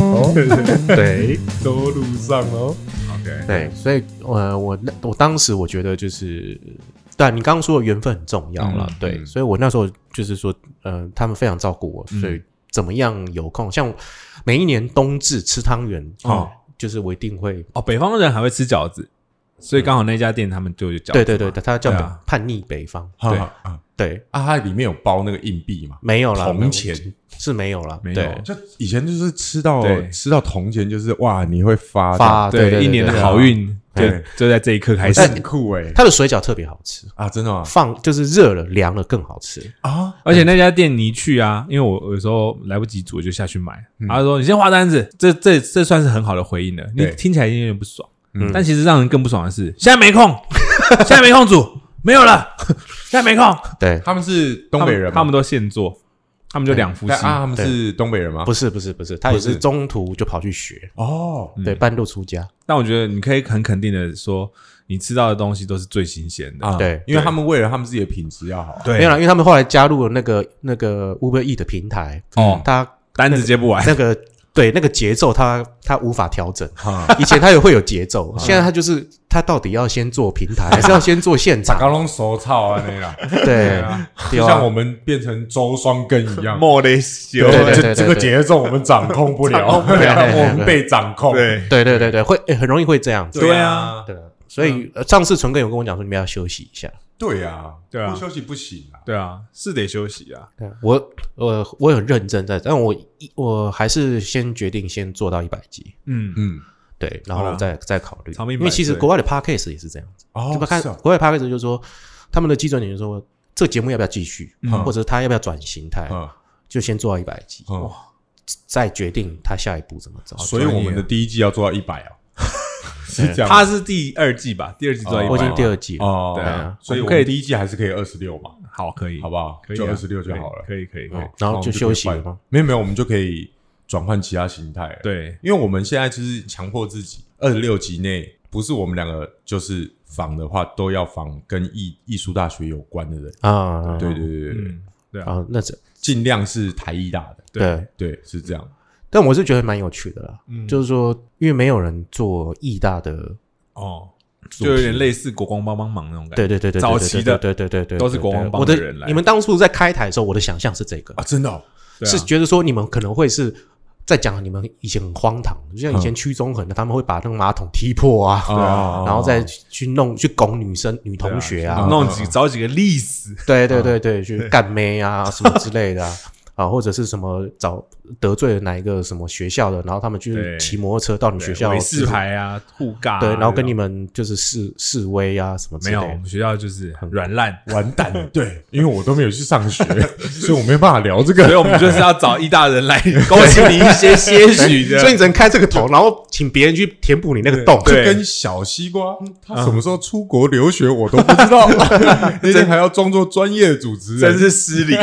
哦 对走路上哦， OK，对，所以呃，我那我当时我觉得就是，对啊、你刚刚说的缘分很重要了，嗯对，嗯所以我那时候就是说，呃，他们非常照顾我，所以怎么样有空，像每一年冬至吃汤圆哦哦，就是我一定会，哦，北方人还会吃饺子，所以刚好那家店他们就有饺子嘛。对对对，他叫对啊叛逆北方，哈对啊，对，啊，它里面有包那个硬币嘛？没有啦，铜没有钱是没有啦，没有对，就以前就是吃到对吃到铜钱，就是哇，你会发发对对一年的对好运就对就在这一刻开还始是。很酷哎它的水饺特别好吃，哦啊，真的吗？放就是热了凉了更好吃，啊，而且那家店你一去啊，因为我有时候来不及煮，我就下去买。嗯他说：“你先划单子，这这这算是很好的回应了。”你对听起来有点不爽，嗯但其实让人更不爽的是，现在没空， 现在没空煮，没有了，现在没空。哦对，他们是东北人他吗，们他们都现做，他们就两夫但妻。啊，他们是东北人吗？不是不是不是，他也不是是中途就跑去学，哦，对，半路出家，嗯但我觉得你可以很肯定的说，你吃到的东西都是最新鲜的。啊，对因为他们为了他们自己的品质要好，啊对没有啦，因为他们后来加入了那个那个 Uber E 的平台，嗯哦，他单子接不 完。那个对那个节奏他他无法调整。哈，以前他也会有节奏，现在他就是他到底要先做平台，还是要先做现打 场？高龙手操啊那啦，对，就对像啊我，们变成周双更一样，莫雷修对对这这个节奏我们掌控不了，啊掌控不了对对对我们被掌控，对对对对对，会诶很容易会这样子。对啊，对啊，所以呃上次纯哥有跟我讲说，你们要休息一下。对啊，对啊不休息不行啊，对啊，是得休息啊。我我我很认真在，但我一我还是先决定先做到一百集，嗯，嗯，对，然好后啦再再考虑长。命因为百其实岁国外的 podcast 也是这样。哦就不看是啊国外 p a c k a g 就说他们的基准点就是说这个节目要不要继续，嗯或者他要不要转形态，嗯就先做到一百集，嗯，再决定他下一步怎么走。所以我们的第一季要做到一百啊， 是 这样他吗，是第二季吧？第二季做到一我已半经第二季了，哦，对啊所以我我们可以们第一季还是可以二十六嘛，好，可以，好吧，不好？可以啊就二十六就好了，可以，可哦以，可以。嗯然后就休息了吗？没有没有，我们就可以转换其他形态了，对，因为我们现在就是强迫自己，二十六集内不是我们两个就是访的话，都要访跟艺艺术大学有关的人。啊，对对对对对，嗯，对啊，啊，那这尽量是台艺大的。对对，对，是这样。但我是觉得蛮有趣的啦，嗯就是说因为没有人做艺大的。哦，主就有题点类似国光帮帮忙那种感觉。对对对对，对早期的对对对对，对都是国对王帮我的的人来你们当初在开台的时候，我的想象是这个，啊，真的、哦，对啊，是觉得说你们可能会是在讲你们以前很荒唐，就像以前屈中恒的，他们会把那个马桶踢破啊，哦啊然后再去弄去拱女生女同学对啊，弄几找几个例子。对对对对，去干妹啊什么之类 的啊。啊，或者是什么找得罪了哪一个什么学校的，然后他们就是对骑摩托车到你学校对韦氏，牌啊，互尬啊，对，然后跟这你种们就是示示威啊什么之没类有，的。我们学校就是软烂，完蛋 了。对，因为我都没有去上学， 所以我没办法聊这所以个。我们就是要找义大人来勾起你一些些 许所以的。你只能开这个头，然后请别人去填补你那个洞。就对跟小西瓜，他什么时候出国留学我都不知 道，那天还要装作专业主持人，真是失 礼，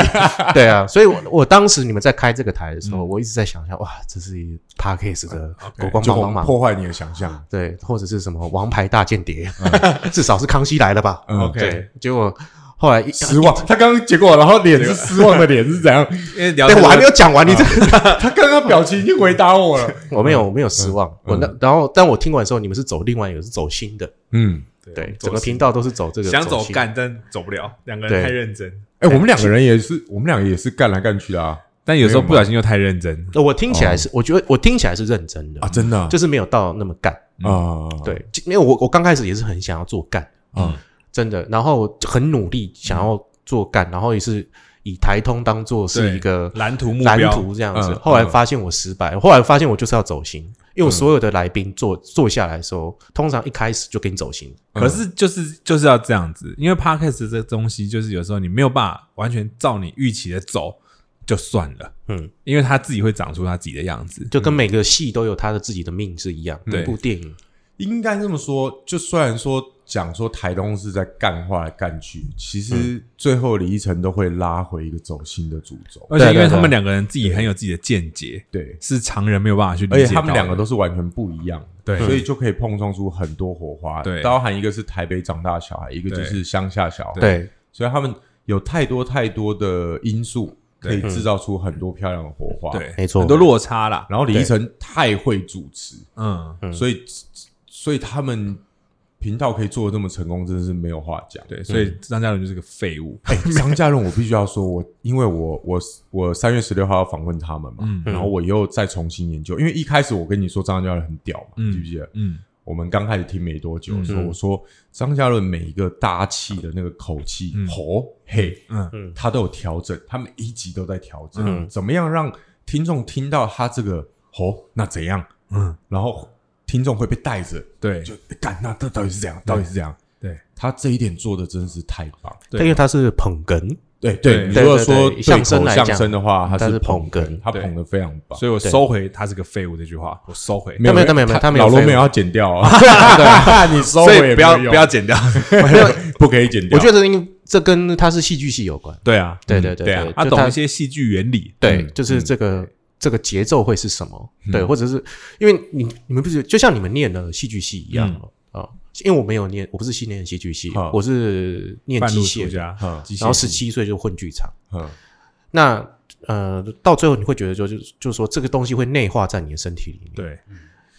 对啊，所以我我当时你们在开这个台的时候，我一直在想象，哇，这是一 podcast 的国光就帮我帮们忙，破坏你的想象。对，或者是什么王牌大间谍， 至少是康熙来了吧？嗯 OK 对，结果后来一失望，他刚刚结果，然后脸是失望的脸是怎样？因为聊 对，我还没有讲完，你这他刚刚表情已经回答我了。 我没有我没有失望，我那然后但我听完之后，你们是走另外一个是走新的， 嗯，对，整个频道都是走这个想走新的，干，但走不了，两个对人太认真，哎、我们两个人也是，我们两个也是干来干去的啊但有时候不小心又太认真。呃我听起来是，我觉得我听起来是认真的啊，，真的啊就是没有到那么干，啊，哦对，因为我我刚开始也是很想要做干，嗯嗯啊，真的，然后就很努力想要做干，然后也是以台通当做是一个蓝图目蓝标，图这样子。嗯后来发现我失败，后来发现我就是要走心，因为嗯我所有的来宾坐坐下来的时候，通常一开始就给你走心，可是就是就是要这样子，因为 podcast 这东西就是有时候你没有办法完全照你预期的走，就算了，嗯，因为他自己会长出他自己的样子。就跟每个戏都有他的自己的命是一样。嗯对每部电影应该这么说。就虽然说讲说台东是在干话来干去，其实最后李依晨都会拉回一个走心的主轴。而且因为对对他们两个人自己很有自己的见解，对，是常人没有办法去理而解且到的。他们两个都是嗯完全不一样的，对所以就可以碰撞出很多火花。对包含一个是台北长大的小孩，一个就对是乡下小孩。，对所以他们有太多太多的因素可以制造出很多漂亮的火花。对，没错很多落差啦。然后李依晨太会主持，嗯，嗯所以所以他们频道可以做的这么成功，真的是没有话讲。对，所以张嘉伦就是个废物。哎， 张嘉伦，我必须要说，我因为我我我三月十六号要访问他们嘛，嗯然后我又再重新研究，因为一开始我跟你说张嘉伦很屌嘛，嗯记不记得？嗯，我们刚开始听没多久嗯，说、我说张嘉伦每一个搭气的那个口气，嗯吼嘿，嗯嗯他都有调整，他每一集都在调整，嗯怎么样让听众听到他这个吼，那怎样？嗯，然后听众会被带着，对，就干，那到到底是怎样？到底是怎样？对他这一点做的真是太棒。对但因为他是捧哏，对对对，你对如果对说对对相声口来相讲声的话，他他是捧捧哏哏，他对捧的非常棒。所以我收回他是个废物这句话，我收回。没有没有没有他没有老罗废没有物要剪掉 啊， 对，你收所尾以不要没有不要剪掉。不可以剪掉。我觉得因这跟他是戏剧系有关。对啊，对对对对啊对，他就懂他一些戏剧原理。对，嗯就是这个、这个节奏会是什么？对，或者是因为你你们不是就像你们念的戏剧系一样啊、哦因为我没有念，我不是系念戏剧系，好我是念半机路械出的，家嗯，机械然后十系七岁就混剧场。嗯那呃，到最后你会觉得就就就是说这个东西会内化在你的身体里面，对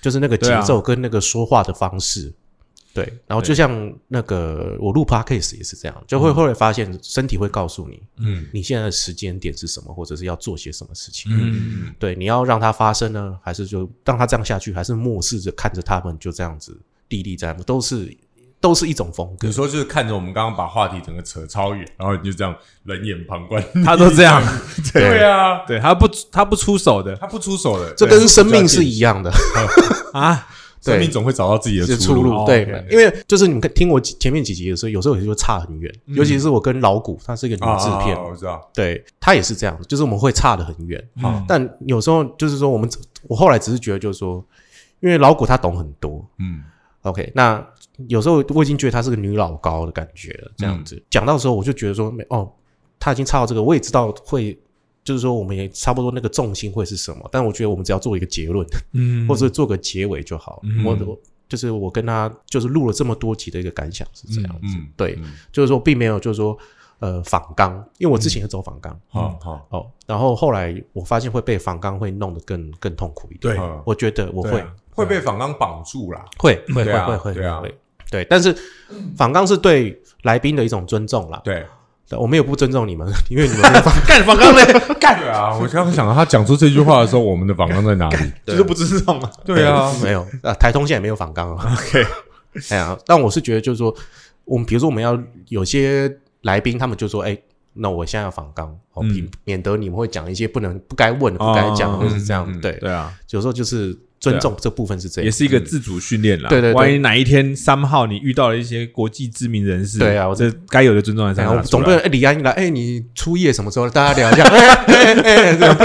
就是那个节对啊奏跟那个说话的方式。对，然后就对像那个我录 podcast 也是这样，就会后来发现身体会告诉你，嗯你现在的时间点是什么，或者是要做些什么事情。嗯，对，你要让它发生呢，还是就让它这样下去，还是漠视着看着他们就这样子历历在目，都是都是一种风格你。说就是看着我们刚刚把话题整个扯超远，然后你就这样冷眼旁观。 他都这样， 对啊，对他不他不出手的他不出手的，这跟生命是一样的，啊，对生命总会找到自己 的是出路。路。哦对 OK，因为就是你们看听我前面几集的时候，有时候也就差很远，尤其是我跟老谷，她是一个啊女嗯制片啊，我知道。对她也是这样，就是我们会差得很远。好但有时候就是说，我们我后来只是觉得，就是说，因为老谷她懂很多，嗯 OK，那有时候我已经觉得她是个女老高的感觉了，这样嗯子讲、到的时候，我就觉得说，没哦，她已经差到这个，我也知道会，就是说我们也差不多那个重心会是什么，但我觉得我们只要做一个结论，嗯 或者做个结尾就好。嗯我我就是我跟她就是录了这么多集的一个感想是这样子，嗯，对，嗯，就是说并没有就是说呃反纲，因为我之前也走反纲、好好，哦，然后后来我发现会被反纲会弄得更更痛苦一点，对嗯我觉得我会。对啊会被反刚绑住啦。会会对会啊会会对啊会对，但是反刚是对来宾的一种尊重啦。对，对，我们也不尊重你们， 因为你们干方 刚嘞，干对啊！我刚刚想到他讲出这句话的时候，我们的反刚在哪里？就是不尊重嘛。对啊，没有啊，台通现在也没有反刚啊。OK，哎 呀，但我是觉得就是说，我们比如说我们要有些来宾，他们就说，哎。那我现在要反刚，哦，嗯免免得你们会讲一些不能、不该问、不该讲，哦或是这样嗯。嗯对，对啊，有时候就是尊重这部分是这也样。是一个自主训练啦。对对对万一哪一天三号你遇到了一些国际知名人士，对啊我这该有的尊重还是哎要呀，拿我出总来不能哎，李安一来，哎，你初夜什么时候？大家聊一下。哎哎哎，这样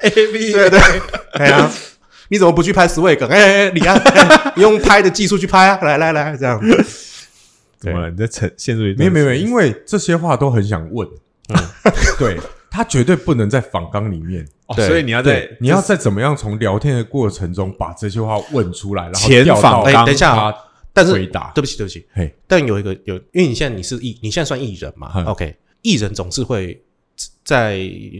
A B 对对，哎呀，你怎么不去拍 swag？哎哎哎，李安，哎你用拍的技术去拍啊！来来来，这样怎么了？你在沉陷入一段没有没有没有，因为这些话都很想问。嗯 对他绝对不能在反纲里面。哦对所以你要在对，你要在怎么样从聊天的过程中把这些话问出来，然后前调到访纲他哎等一下啊但是回答对不起对不起嘿，但有一个有，因为你现在你是艺，你现在算艺人嘛嗯？OK，艺人总是会在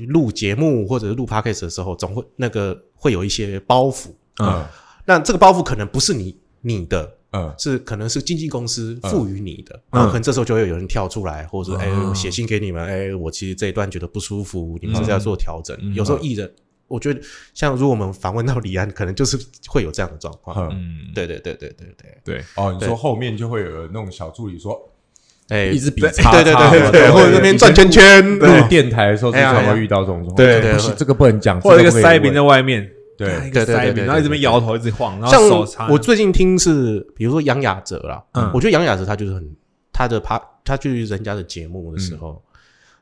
录节目或者是录 podcast 的时候，总会那个会有一些包袱。嗯嗯那这个包袱可能不是你你的。嗯是可能是经纪公司赋予你的，然后可能这时候就会有人跳出来，或者是哎嗯哦我写信给你们，哎我其实这一段觉得不舒服，你们是不是要做调整。嗯有时候艺人，我觉得像如果我们访问到李安，可能就是会有这样的状况。嗯嗯对对对对对对，对哦，你对说后面就会有那种小助理说哎一直比对叉对对叉对对对，对或者那边转圈圈，录电台的时候经哎呀常哎呀会遇到这种状况，对对不行对这个不能讲，或者一个这不可以塞饼在问外面，对一个对对塞对饼，对然后一直对边摇头一直晃，然像后手插我最近听是，比如说杨雅哲啦，嗯我觉得杨雅哲他就是很他的他他去人家的节目的时候，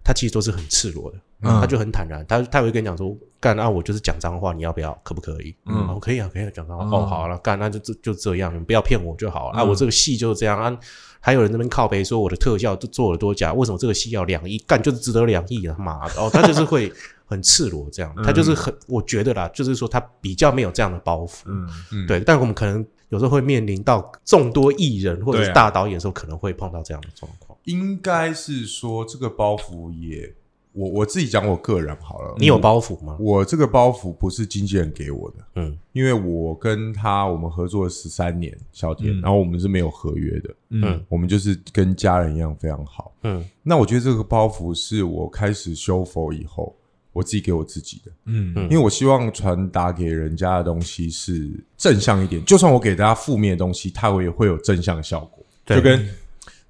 他其实都是很赤裸的，嗯他就很坦然，他他会跟你讲说，干啊，我就是讲脏话，你要不要？可不可以？嗯嗯，哦，可以啊，可以啊，讲脏话，嗯哦，好了，干，那就就就这样，你不要骗我就好了，啊，嗯我这个戏就是这样啊。还有人那边靠背说我的特效做了多假，为什么这个戏要两亿？干就是值得两亿啊！妈的，哦，他就是会很赤 裸这嗯样，他就是很，我觉得啦，就是说他比较没有这样的包袱，嗯嗯对，但我们可能有时候会面临到众多艺人或者对是啊大导演的时候，可能会碰到这样的状况。应该是说这个包袱也我我自己讲我个人好了，你有包袱吗？我这个包袱不是经纪人给我的，嗯因为我跟他我们合作十三年，小田，嗯然后我们是没有合约的，嗯我们就是跟家人一样非常好。嗯那我觉得这个包袱是我开始修佛以后，我自己给我自己的，嗯嗯因为我希望传达给人家的东西是正向一点，就算我给大家负面的东西，它也会有正向效果，对就跟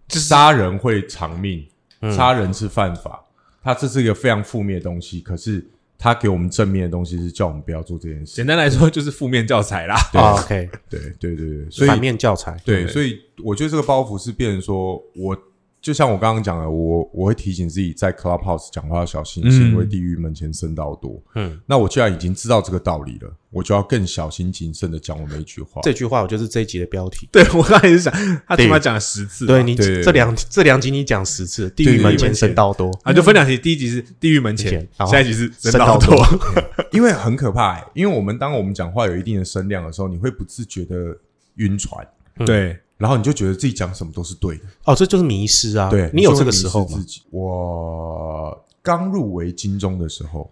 杀人会偿命，嗯杀人是犯法，它这是一个非常负面的东西，可是它给我们正面的东西是叫我们不要做这件简事，单来说就是负面教材啦。啊，OK，对对对对，所以反面教材，对，对所以我觉得这个包袱是变成说，我就像我刚刚讲的，我我会提醒自己在 Clubhouse 讲话要小心，是因为嗯地狱门前僧道多。嗯，那我既然已经知道这个道理了，我就要更小心谨慎的讲我每一句话。这句话我就是这一集的标 题。对我刚才也是想，他起码讲了十次嘛，对你对对对这两这两集你讲十次，地对狱对门对前神道多，啊，就分两集，第一集是地狱门前前，然后下一集是神神道道陀多。 因为很可怕、欸，因为我们当我们讲话有一定的声量的时候，你会不自觉的晕船，对，然后你就觉得自己讲什么都是对的。哦，这就是迷失啊。对你有这个时候就会迷吗失？自己我刚入围金钟的时候，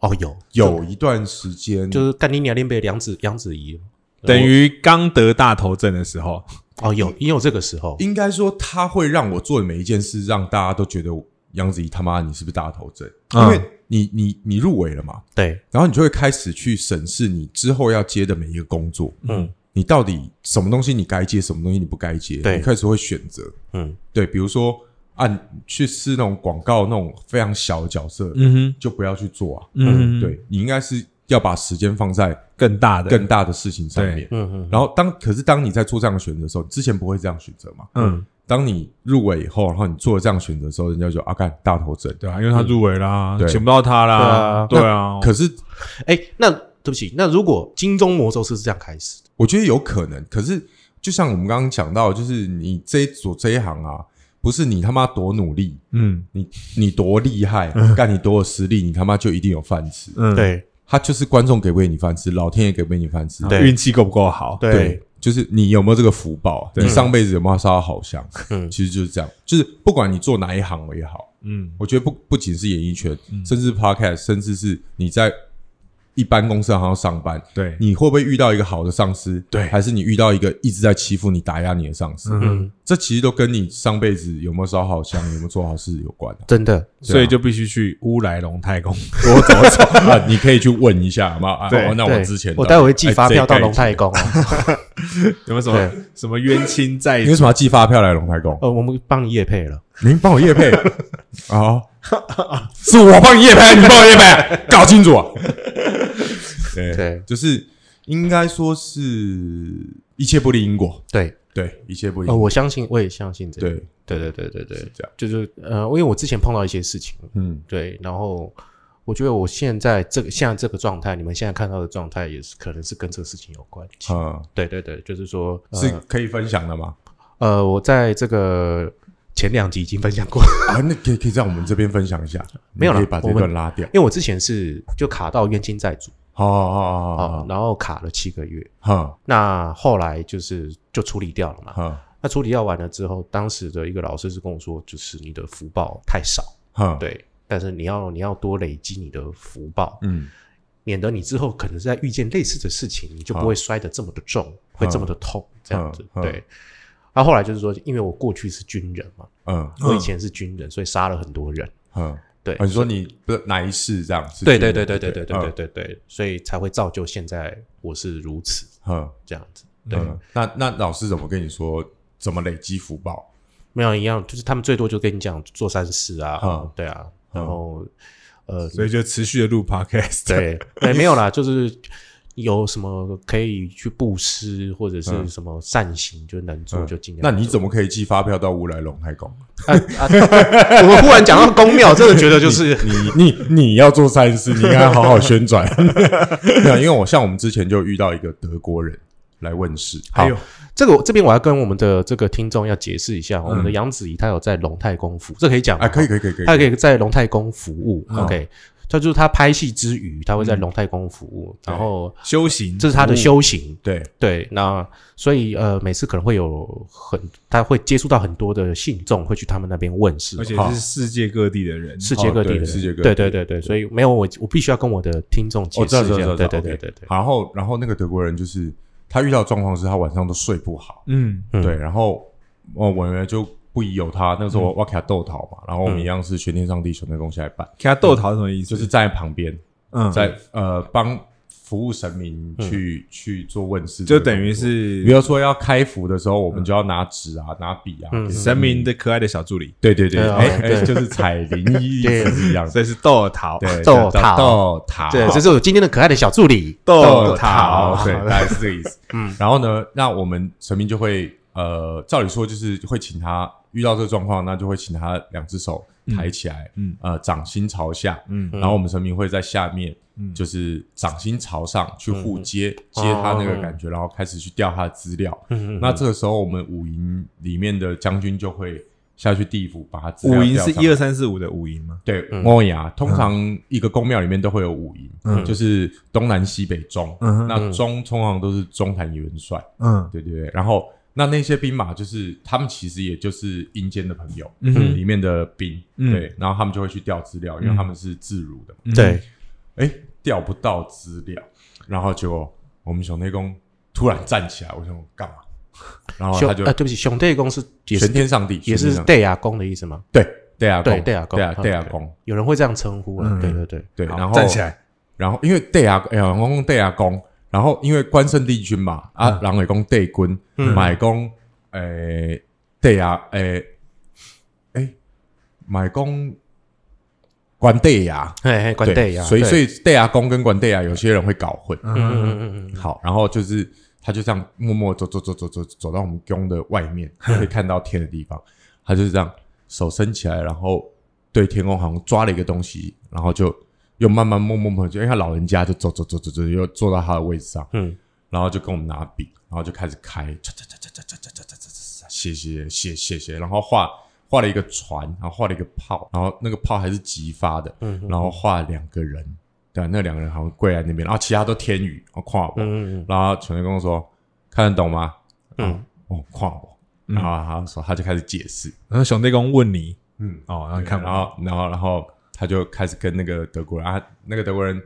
哦，有，有一段时间就是干你娘练背梁子杨子怡，等于刚得大头阵的时候，哦，有，你有这个时候，应该说他会让我做的每一件事，让大家都觉得杨子怡他妈你是不是大头针？嗯因为你你你入围了嘛，对，然后你就会开始去审视你之后要接的每一个工作，嗯你到底什么东西你该接，什么东西你不该接，对你开始会选择。嗯对，比如说啊，去试那种广告那种非常小的角色，嗯哼，就不要去做啊。嗯，，对你应该是要把时间放在更大的，嗯更大的事情上面。嗯嗯，然后当可是当你在做这样的选择的时候，你之前不会这样选择嘛？嗯，当你入围以后，然后你做了这样选择的时候，人家就啊干大头针。对啊，因为他入围啦，对请不到他啦，对啊对啊，可是哎，那对不起，那如果金钟魔咒是这样开始的，我觉得有可能，可是就像我们刚刚讲到，就是你这一做这一行啊，不是你他妈多努力，嗯你你多厉害，干你多有实力，你他妈就一定有饭吃。嗯，对他就是观众给不给你饭吃，老天爷给不给你饭吃，对啊运气够不够好？对对，就是你有没有这个福报啊，对你上辈子有没有烧到好香？嗯其实就是这样，就是不管你做哪一行也好，嗯，我觉得不不仅是演艺圈，甚至 podcast，甚至是你在一般公司行号上班，对，你会不会遇到一个好的上司？对还是你遇到一个一直在欺负你、打压你的上司？嗯，。这其实都跟你上辈子有没有烧好香、有没有做好事有关、 啊真的，所以就必须去乌来龙太空，我走走啊，你可以去问一下，好不好？啊对哦那我对之前的我待会会寄哎发票这到一概龙太 公啊，有没有什么对什么冤亲债你为主？什么要寄发票来龙 台宫？呃，我们帮你夜配了，您帮我夜 配啊？是我帮你夜配，你帮我夜配，搞 清楚啊！对，对就是应该说是一切不离因果，对，对，一切不离因呃，果，我相信，我也相信这个，对，对对对对是对，这样，就是呃，因为我之前碰到一些事情，嗯，对，然后我觉得我现在这个现在这个状态，你们现在看到的状态也是可能是跟这个事情有关系。啊，对对对，就是说，呃是可以分享的吗？呃，我在这个前两集已经分享过，啊，那可以可以在我们这边分享一下，没有你啦可以把这我段们拉掉。因为我之前是就卡到冤亲债主好好好好啊、好然后卡了七个月。好，那后来就是就处理掉了嘛。好那处理掉完了之后，当时的一个老师是跟我说，就是你的福报太少，好，，对，但是你要你要多累积你的福报，嗯免得你之后可能是在遇见类似的事情，你就不会摔得这么的重，会这么的痛，这样子。嗯嗯嗯对。然后后来就是说，因为我过去是军人嘛，嗯我以前是军人，所以杀了很多人。嗯，对啊你说你不是哪一世这样？是对这对样对对对对对对，嗯对对，所以才会造就现在我是如此嗯这样子。对，嗯，那那老师怎么跟你说？怎么累积福报？没有一样，就是他们最多就跟你讲做善事啊嗯，对啊，然后呃，所以就持续的录 podcast，， 对，对，没有啦，就是有什么可以去布施或者是什么善行，就能做就尽量那做。你怎么可以寄发票到乌来龙太宫？哎我 们忽然讲到宫庙，真的觉得 就是你你你要做善事，你应该好好 宣传。对啊，因为我像我们之前就遇到一个德国人来问世，还有这个。这边我要跟我们的这个听众要解释一下，我们的嗯杨子怡她有在龙太宫服，这可以讲吗哎哎嗯啊，可以可以可以可以，她可以在龙太宫服务。OK，他就是他拍戏之余，他会在龙太宫服务，然后修行这是他的修行。对，对，那所以呃，每次可能会有很，他会接触到很多的信众，会去他们那边问事，而且好是世界各地的人，世界各地的哦人，对世界各地对对对对，所以没有我，我必须要跟我的听众解我知道，释知一道，知下，对道，知道对对 OK 对对，然后，然后那个德国人就是他遇到的状况是他晚上都睡不好，嗯，嗯对，然后哦，我们就不疑有他。那时候我给他斗桃嘛，然后我们一样是全天上帝熊天公下来办，给他斗桃是什么意思？就是站在旁边，嗯，在呃帮服务神明去去做问事，就等于。是嗯比如说要开服的时候，我们就要拿纸啊、拿笔啊，嗯给神明的可爱的小助理，对对对，对啊哎哎，对就是彩铃一对是一样的，所以是斗桃，对，豆桃桃豆桃，对，这是我今天的可爱的小助理，斗豆桃桃，，对，大概是这个意思。嗯，然后呢，那我们神明就会呃，照理说就是会请他呃遇到这个状况，那就会请他两只手抬起来，嗯嗯，呃，掌心朝下，嗯然后我们神明会在下面嗯，就是掌心朝上去互接接他那个感觉，然后开始去调他的资料。嗯，那这个时候，我们五营里面的将军就会下去地府把他资料五营调是上一二三四五的五营吗？对，欧嗯牙通常一个宫庙里面都会有五营，嗯就是东南西北中。嗯哼那中通常都是中坛元帅，嗯对对对。然后那那些兵马就是他们其实也就是阴间的朋友，嗯哼里面的兵，嗯对。然后他们就会去调资料，因嗯为他们是自如的嘛。对，哎、调不到资料，然后结果我们小内功突然站起来，我想干嘛？然后兄他就呃，对不起，兄弟公是也全是天上帝，也玄天是上帝对牙公的意思吗？对对啊，对对啊公对啊啊对啊对公，有人会这样称呼啊嗯，对对对，对，好然后站起来，然后因为对啊，哎呀，我公对啊公，然后因为关圣帝君嘛，嗯啊，人会讲对君，买公诶对啊，诶诶，买公关对呀，嘿嘿，关对牙，所以对所以对啊公跟关对啊，有些人会搞混。嗯嗯嗯嗯嗯，好，然后就是他就这样默默走走走走走走到我们宫的外面，可以看到天的地方，他就是这样手伸起来，然后对天空好像抓了一个东西，然后就又慢慢默默默，就因为他老人家就走走走走走，又坐到他的位置上，嗯，然后就跟我们拿笔，然后就开始开，唰唰唰唰唰唰唰唰唰唰写写写写写，然后画画了一个船，然后画了一个炮，然后那个炮还是急发的，嗯然后画两个人，对、啊，那两个人好像跪在那边，然后其他都天宇，然后跨我，嗯嗯然后全跟我说看得懂吗？嗯哦，跨我，嗯然后他说他就开始解释，然后兄弟公问你嗯，哦，然后然你看然我，后然后然后他就开始跟那个德国人啊，那个德国人，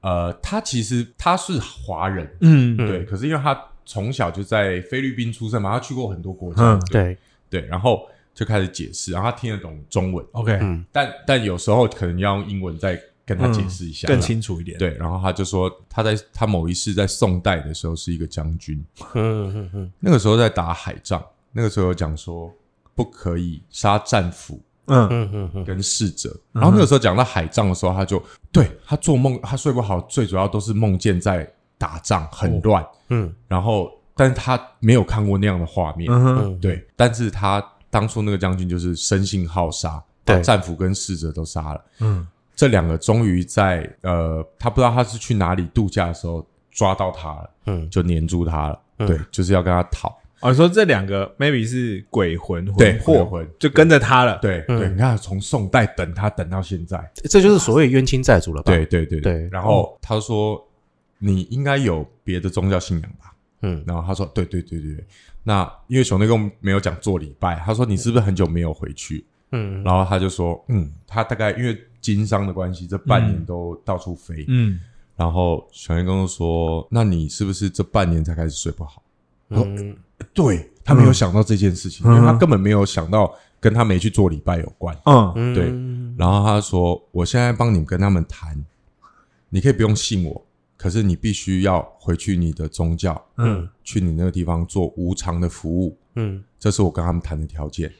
呃，他其实他是华人，嗯对，可是因为他从小就在菲律宾出生嘛，他去过很多国家，嗯对，对，然后就开始解释，然后他听得懂中文， ，OK，嗯但但有时候可能要用英文再跟他解释一下，嗯更清楚一点，，对，然后他就说他在他某一世在宋代的时候是一个将军，嗯嗯嗯那个时候在打海仗，那个时候有讲说不可以杀战俘嗯嗯嗯嗯，跟逝者。然后那个时候讲到海仗的时候，他就对他做梦，他睡不好，最主要都是梦见在打仗，很乱。嗯然后，但是他没有看过那样的画面，嗯哼，嗯，对。但是他当初那个将军就是生性好杀，把对战俘跟逝者都杀了。嗯这两个终于在呃，他不知道他是去哪里度假的时候抓到他了，嗯就黏住他了，嗯对，就是要跟他讨。哦，你说这两个 maybe 是鬼魂对魂鬼魄魂就跟着他了，，对、嗯对，你看从宋代等他等到现在，这就是所谓冤亲债主了吧？对，对对对嗯然后他说：“你应该有别的宗教信仰吧嗯？”然后他说：“对对对对。”那因为熊内公没有讲做礼拜，他说：“你是不是很久没有回去？”嗯然后他就说：“嗯，他大概因为经商的关系，这半年都到处飞。嗯然后熊内公就说：“那你是不是这半年才开始睡不好嗯，？”对他没有想到这件事情，嗯因为他根本没有想到跟他没去做礼拜有关。嗯嗯，对然后他说：“我现在帮你跟他们谈，你可以不用信我，可是你必须要回去你的宗教，嗯去你那个地方做无偿的服务，嗯这是我跟他们谈的条件。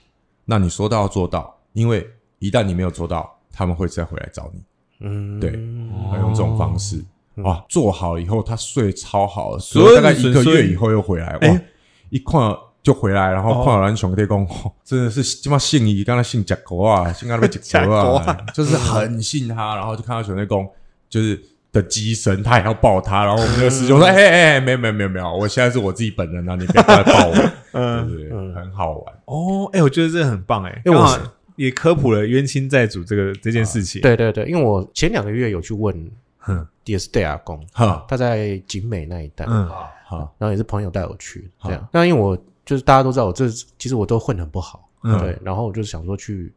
那你说到要做到，因为一旦你没有做到，他们会再回来找你。嗯，对哦用这种方式，哇，做好以后他睡超好了，所以所以大概一个所月以以后又回来，哇哎，一看就回来，然后哦看完熊对公，哦真的是他妈信伊，刚才信甲狗啊，信刚才被甲狗吃啊，就是很信他，然后就看到熊对公就是。的机身，他也要抱他，然后我们那个师兄嗯说：“哎哎哎，没有没有没有没有，我现在是我自己本人啊，你不要过来抱我。”对嗯，对对，很好玩。哦，哎，我觉得这个很棒，哎，因为刚我好是也科普了冤亲债主这个这啊件事情。，嗯对对对，因为我前两个月有去问，哼也是戴阿公，哈，他在景美那一带，嗯，好，然后也是朋友带我去，好这样。那因为我就是大家都知道，我这其实我都混得很不好，嗯对。然后我就是想说去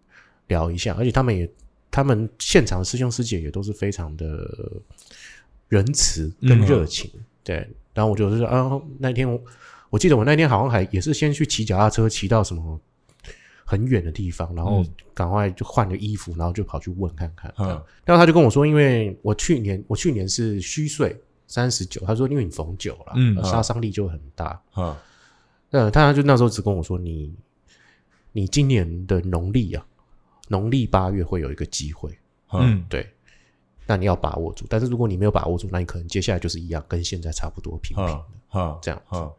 聊一下，而且他们也，他们现场的师兄师姐也都是非常的仁慈跟嗯热情，对。然后我就是啊，那天我我记得我那天好像还也是先去骑脚踏车，骑到什么很远的地方，然后嗯赶快就换个衣服，然后就跑去问看看。这样嗯然后他就跟我说，因为我去年我去年是虚岁三十九，他说因为你逢九了，嗯嗯，杀伤力就很大。好，那他就那时候只跟我说，你你今年的农历啊，农历八月会有一个机会，嗯，嗯对，那你要把握住。但是如果你没有把握住，那你可能接下来就是一样，跟现在差不多平平。好，好，这样好，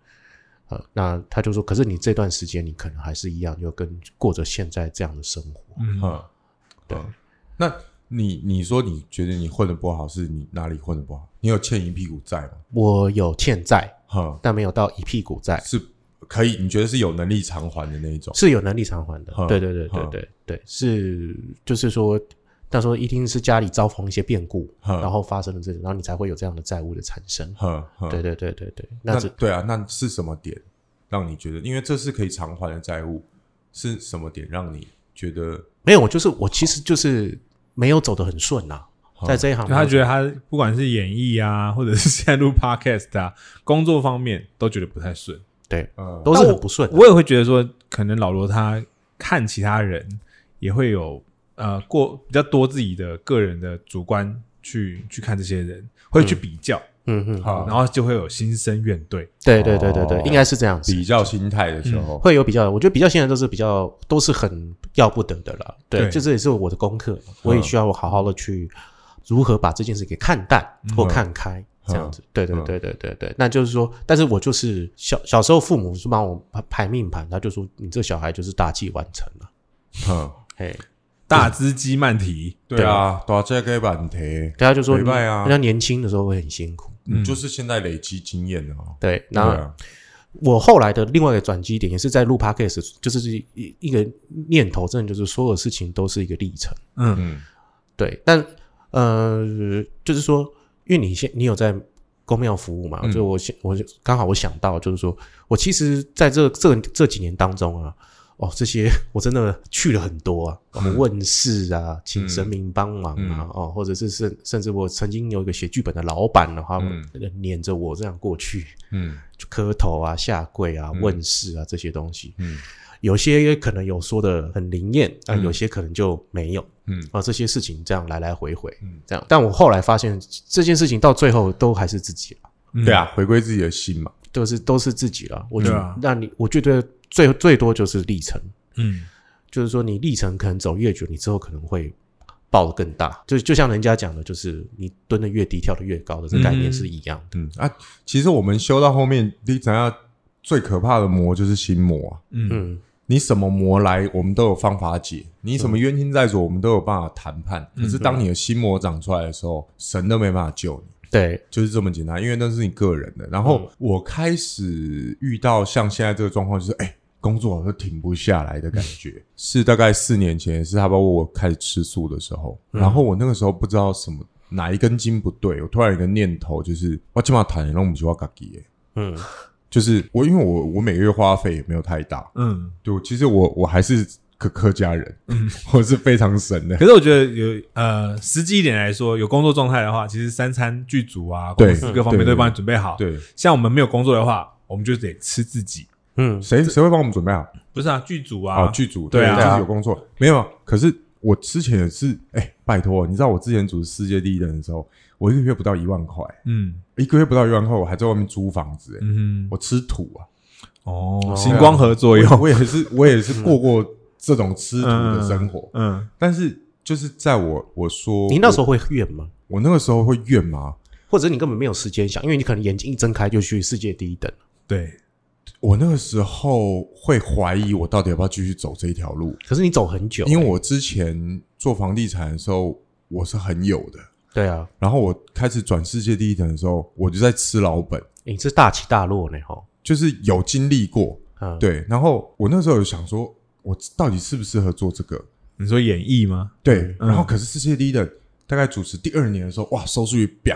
呃，那他就说，可是你这段时间你可能还是一样，就跟过着现在这样的生活。嗯，好，对好。嗯那你你说你觉得你混的不好，是你哪里混的不好？你有欠一屁股债吗？我有欠债，哈，但没有到一屁股债。是可以，你觉得是有能力偿还的那一种？是有能力偿还的嗯，对对对对嗯对对，是就是说，那时候一定是家里遭逢一些变故，嗯然后发生了这，然后你才会有这样的债务的产生。哈，哈对对对对对，那嗯那只对啊，那是什么点让你觉得？因为这是可以偿还的债务，是什么点让你觉得？没有，我就是我其实就是没有走得很顺呐，嗯在这一行就，他觉得得他不管是演艺啊，或者是现 在录 podcast 啊，工作方面都觉得不太顺。对嗯，都是很不顺的。我也会觉得说，可能老罗他看其他人也会有呃过比较多自己的个人的主观去去看这些人，会去比较，嗯嗯，好然后就会有心生怨怼。对对对对对哦，应该是这样子。比较心态的时候，会有比较，我觉得比较现在都是比较都是很要不得的了。对，对这这也是我的功课，我也嗯需要我好好的去如何把这件事给看淡或看开，这样子。对对嗯对对对对，那就是说，但是我就是小小时候父母是帮我排命盘，他就说你这小孩就是大器晚成啊了。嗯，嘿，大只鸡慢提，对啊，大这个问题，对，他就说没你，办法啊人家年轻的时候会很辛苦。你就是现在累积经验啊。对，对那、啊，我后来的另外一个转机点也是在录 podcast，就是一一个念头，真的就是所有事情都是一个历程。嗯嗯，对，但呃，就是说，因为你现你有在公庙服务嘛，嗯就我想，我就刚好我想到，就是说我其实在这这这几年当中啊，哦，这些 我真的去了很多啊，嗯我们问世啊，请神明帮忙啊，哦，或者是甚甚至我曾经有一个写剧本的老板的话，嗯他撵着我这样过去，嗯，就磕头啊、下跪啊、问世啊这些东西，嗯，有些可能有说的很灵验，啊，嗯有些可能就没有，嗯啊，这些事情这样来来回回，嗯这样，但我后来发现这件事情到最后都还是自己了，嗯对啊，回归自己的心嘛。都是都是自己了，我觉对得，啊那你我觉得最最多就是历程，嗯就是说你历程可能走越久，你之后可能会。爆得更大，就就像人家讲的，就是你蹲得越低，跳得越高的这概念嗯是一样的。嗯啊，其实我们修到后面，你怎样最可怕的魔就是心魔啊。嗯嗯，你什么魔来，我们都有方法解；你什么冤亲债主，我们都有办法谈判。可是当你的心魔长出来的时候，神都没办法救你，对，就是这么简单。因为那是你个人的。然后我开始遇到像现在这个状况，就是哎、工作都停不下来的感觉。是大概四年前，是他包括我开始吃素的时候，然后我那个时候不知道什么哪一根筋不对，我突然有一个念头，就是我起码谈，然后我们就要嘎吉耶。嗯，就是我，因为我我每个月花费也没有太大，嗯。对，其实我我还是客客家人， 我是非常神的。可是我觉得有呃，实际一点来说，有工作状态的话，其实三餐剧组啊，对公司各方面对都会帮你准备好。，对，像我们没有工作的话，我们就得吃自己。嗯，谁谁会帮我们准备好？不是啊，剧组啊，哦，剧组对啊自己有工作没有啊？可是我之前也是，哎，拜托，你知道我之前组世界第一人的时候，我一个月不到一万块，嗯一个月不到一万块，我还在外面租房子，哎，嗯我吃土啊，哼，哦哦，星光合作我也用，我也是我也是过过这种吃土的生活， 嗯，但是就是在我我说，你那时候会怨吗？我我那个时候会怨吗？或者你根本没有时间想，因为你可能眼睛一睁开就去世界第一等。对，我那个时候会怀疑我到底要不要继续走这一条路，可是你走很久欸、因为我之前做房地产的时候，我是很有的。对啊，然后我开始转世界第一等的时候，我就在吃老本，你是大起大落呢，哈。就是有经历过。嗯，对，然后我那时候有想说，我到底适不适合做这个？你说演绎吗？对，嗯然后可是世界第一的大概主持第二年的时候，哇，收视率 b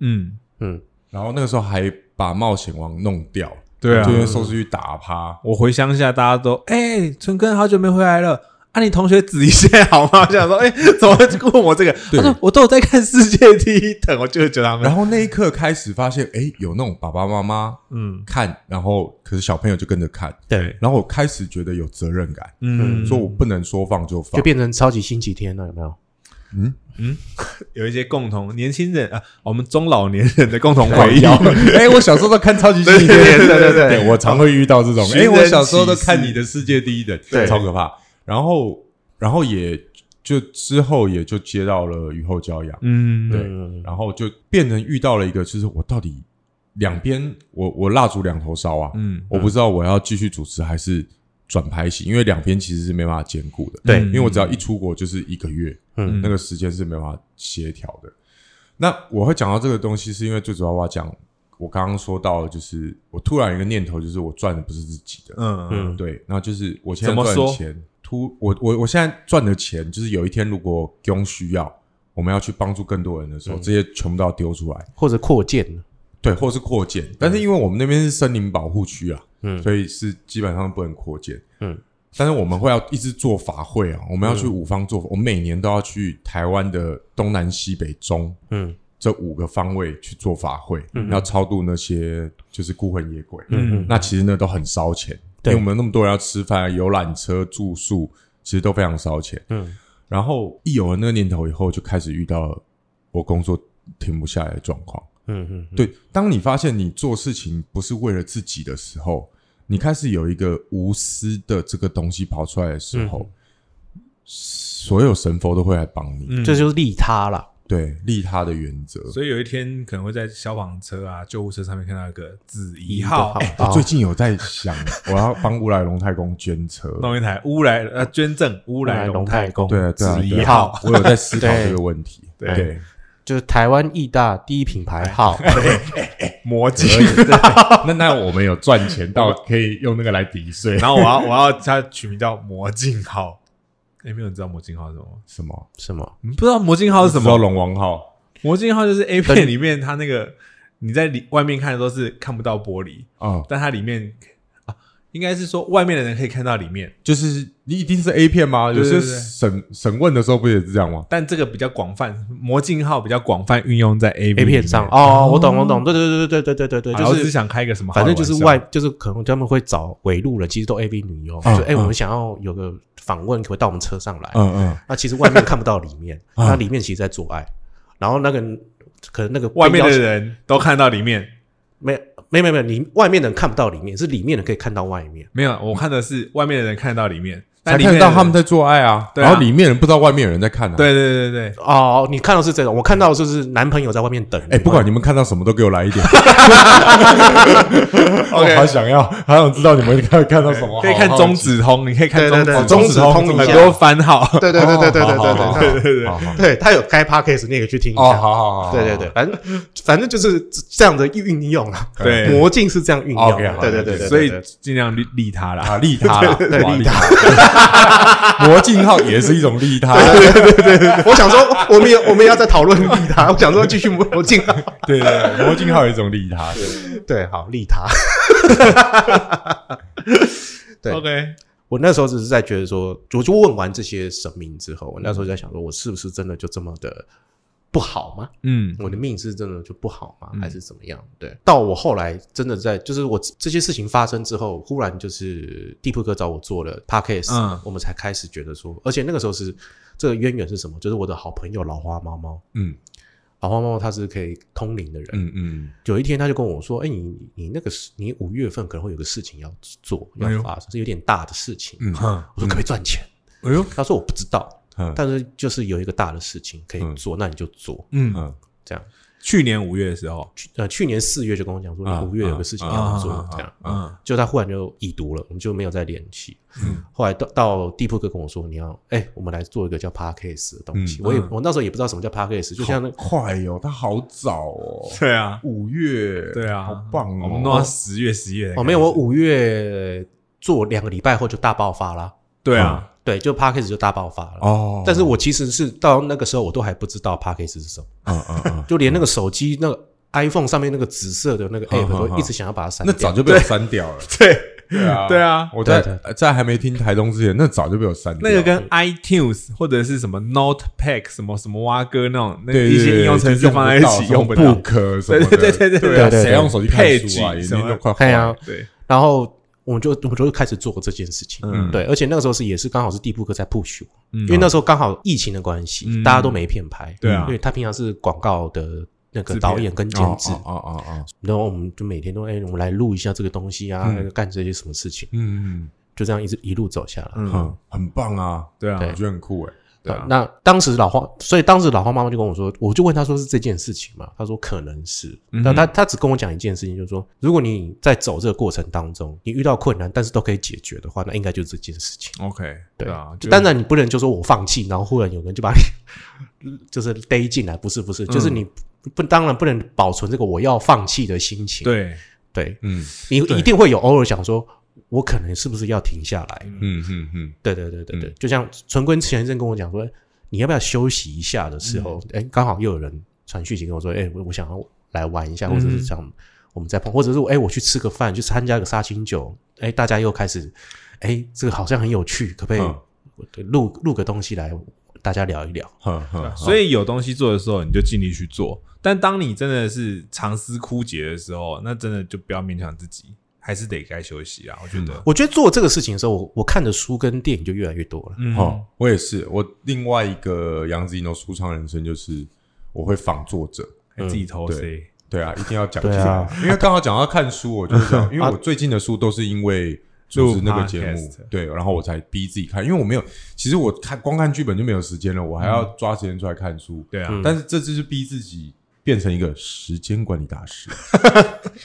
嗯，嗯，然后那个时候还把冒险王弄掉，对啊就，因为收视率打趴。我回乡下，大家都哎，春根好久没回来了。啊，你同学指一下好吗？ 我想说，哎、怎么会问我这个？对他说我都有在看世界第一等，我就觉得他们，然后那一刻开始发现，哎，有那种爸爸妈妈嗯，看，然后可是小朋友就跟着看，对，然后我开始觉得有责任感，嗯，说我不能说放就放就。变成超级星期天了，有没有？嗯，有一些共同年轻人啊，我们中老年人的共同靠回忆，腰 哎，我小时候都看 超级星期天，对对对对对我常会遇到 这种。寻哎，人我小时候都启事看你的世界第一人，对超可怕。然后，然后也就之后也就接到了雨后骄阳，嗯，对嗯然后就变成遇到了一个，就是我到底两边我我蜡烛两头烧啊，嗯，我不知道我要继续主持还是转拍戏，因为两边其实是没办法兼顾的。对因为嗯我只要一出国就是一个月，嗯那个时间是没办法协调的。那我会讲到这个东西，是因为最主要我要讲，我刚刚说到，就是我突然有一个念头，就是我赚的不是自己的，嗯嗯嗯对，那就是我现在怎么赚说的钱，突我我我现在赚的钱，就是有一天如果供需要，我们要去帮助更多人的时候，嗯这些全部都要丢出来，或者扩建，对，或是扩建。但嗯是因为我们那边是森林保护区啊，嗯所以是基本上不能扩建，嗯。但是我们会要一直做法会啊，我们要去五方做，我们每年都要去台湾的东南西北中嗯这五个方位去做法会，嗯要超度那些就是孤魂野鬼。嗯那其实那都很烧钱，因对为我们那么多人要吃饭、游览车、住宿，其实都非常烧钱。嗯然后一有了那个念头以后，就开始遇到我工作停不下来的状况。嗯嗯，嗯，对，当你发现你做事情不是为了自己的时候，你开始有一个无私的这个东西跑出来的时候，所有神佛都会来帮你。嗯，这就是利他啦。对，利他的原则。所以有一天可能会在消防车啊、救护车上面看到一个子怡好号，哎，我最近有在想， 我要帮乌来龙太公捐车。 弄一台乌来呃捐赠乌来哦龙太公，对啊，对啊，子对怡啊号，，我有在思考这个问题。 对对，就是台湾义大第一品牌号，魔镜。 那那我们有赚钱到可以用那个来抵 税然后我要我要它取名叫魔镜号，哎，没有人知道魔镜号是什么吗？什么？什么？你不知道魔镜号是什不知道么？龙王号？魔镜号就是 A 片里面它那个你在里外面看的都是看不到玻璃，啊，但它里面啊，应该是说外面的人可以看到里面，就是你一定是 A 片吗？对有对对些审审问的时候不也是这样吗？但这个比较广泛，魔镜号比较广泛运用在 A A 片上里面哦，我懂，我懂，对对对对对对对对，啊就我只是想开个什么好反的正玩就笑，是外，就是可能他们会找围路人，其实都 A V 女优，就嗯哎，嗯我们想要有个访问，可不可以到我们车上哎来？嗯嗯，那其实外面看不到里面，嗯那里面其实在做爱，然后那个可能那个外面被邀的请人都看到里面，没没没没，你外面的人看不到里面，是里面的可以看到外面。没有，我看的是外面的人看得到里面，但才里面看的到人他们。在做爱啊，对啊然后里面人不知道外面有人在看啊。，对对对对，哦，你看到是这种，我看到就是男朋友在外面等。哎，不管你们看到什么都给我来一 点，OK 我好想要，好想知道你们看看到什么，可以看哦好好中奇指通，你可以看中指对通，中指通很多番号。对对对对对对对对对对对好好好对，他有开 podcast，你也可以去听一哦，好下。好好好，对对对，反正反正就是这样的运用啊。对魔镜是这样运用 OK，好的。对对对对，对所以对尽量利利他啦。啊，利他 啦，对哇利他。魔镜号也是一种利 他，对 我想说，我们也我们也要再讨论利他，我想说继续啊魔镜。对对对，魔镜号也是一种利他， 对，好利他。对 OK，我那时候只是在觉得说，我就问完这些神明之后，我那时候就在想说，我是不是真的就这么的不好吗？嗯我的命是真的就不好吗？嗯还是怎么样？对，到我后来真的在，就是我这些事情发生之后，忽然就是地铺哥找我做了 podcast，、嗯我们才开始觉得说，而且那个时候是这个渊源是什么？就是我的好朋友老花猫猫，嗯老花猫猫它是可以通灵的人，嗯嗯，有一天他就跟我说：“哎、你你那个事你五月份可能会有个事情要做，要哎呦发生，是有点大的事情。嗯哼，我说：“可不可以赚钱？”哎呦，他说：“我不知道，嗯但是就是有一个大的事情可以做，那你就做。嗯，嗯，”这样，去年五月的时候，去呃，去年四月就跟我讲说，啊你五月有个事情啊要做，啊这样。嗯就他忽然就已读了，我们就没有再联系。嗯后来到到地铺哥跟我说，你要哎、我们来做一个叫 podcast 的东西。嗯我也嗯哎我那时候也不知道什么叫 podcast，就像那好快哦，他好早哦， 对啊，五月，对啊，好棒哦，我们弄到哦十月、十一月才开始。哦没有，我五月做两个礼拜后就大爆发啦。对啊，对，就 p a c k a g e 就大爆发了。哦但是我其实是到那个时候，我都还不知道 p a c k a g e 是什么，嗯嗯嗯，就连那个手机那个 iPhone 上面那个紫色的那个 app 好都一直想要把它删嗯那掉。早就被我删掉了。对 对啊，对啊我在对对在还没听台东之前，那早就被我删掉那个了。跟 iTunes 或者是什么 Note Pack 什么什么蛙哥那种那对一些应用程式放在一起用不不到，可什么的，对对对对对啊对对谁用手机看书啊？ Page 眼什睛么都快哎坏了呀。对，然后我们就我们就开始做这件事情。嗯对，而且那个时候是也是刚好是地铺哥在 push 我，因嗯因为那时候刚好疫情的关系，嗯大家都没片拍。对啊因为他平常是广告的那个导演跟监哦制，哦哦哦，然后我们就每天都哎、我们来录一下这个东西啊，嗯干这些什么事情，嗯就这样一直一路走下来。嗯嗯，很很棒啊，对啊，我觉得很酷哎。对、啊那当时老花，所以当时老花妈妈就跟我说，我就问她说是这件事情嘛，她说可能是，嗯哼但她她只跟我讲一件事情，就是说，如果你在走这个过程当中，你遇到困难，但是都可以解决的话，那应该就是这件事情。 OK，对啊，就当然，你不能就说我放弃，然后忽然有人就把你 就是逮进来，不是嗯不是，就是你不不当然不能保存这个我要放弃的心情。对，对，嗯你对一定会有偶尔想说，我可能是不是要停下来？嗯嗯嗯，对对对对对，嗯就像纯坤前一阵跟我讲说，你要不要休息一下的时候，哎、刚好又有人传讯息跟我说，哎、我我想要来玩一下，或者是想我们再碰，或者是我哎、我去吃个饭，去参加个杀青酒，哎、大家又开始，哎、这个好像很有趣，可不可嗯以录录、个东西来大家聊一聊？哼哼，所以有东西做的时候，你就尽力去做。但当你真的是长思枯竭的时候，那真的就不要勉强自己，还是得该休息啊。我觉得，我觉得做这个事情的时候，我我看的书跟电影就越来越多了。嗯哦，我也是，我另外一个杨子怡的舒畅人生就是我会仿作者。还自己偷嗯对 C，对啊，一定要讲对啊因为刚好讲到看书，我就是这样，因为我最近的书都是因为主持那个节目 podcast，对，然后我才逼自己看，因为我没有，其实我看光看剧本就没有时间了，我还要抓时间出来看书，对啊，但是这就是逼自己变成一个时间管理大师，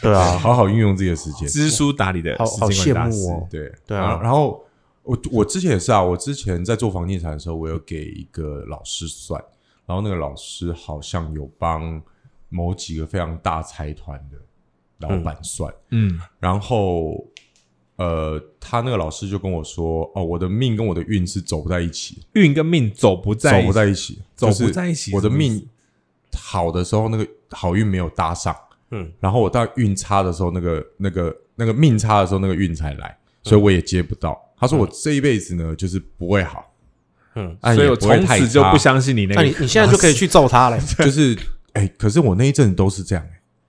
对啊，好好运用自己的时间，知书达理的好时间管理大师好羡慕哦对对啊然后然后我我之前也是啊，我之前在做房地产的时候，我有给一个老师算，然后那个老师好像有帮某几个非常大财团的老板算，嗯然后呃，他那个老师就跟我说，哦，我的命跟我的运是走不在一起，运跟命走不在一走起，不在一起，走不就是在一起我的什么意思命好的时候，那个好运没有搭上，嗯，然后我到运差的时候，那个那个那个命差的时候，那个运才来，嗯所以我也接不到。他说我这一辈子呢，就是不会好，嗯，但所以哎也我不会从太此就差不，相信你那那个。你你现在就可以去揍他嘞。就是哎、可是我那一阵都是这样、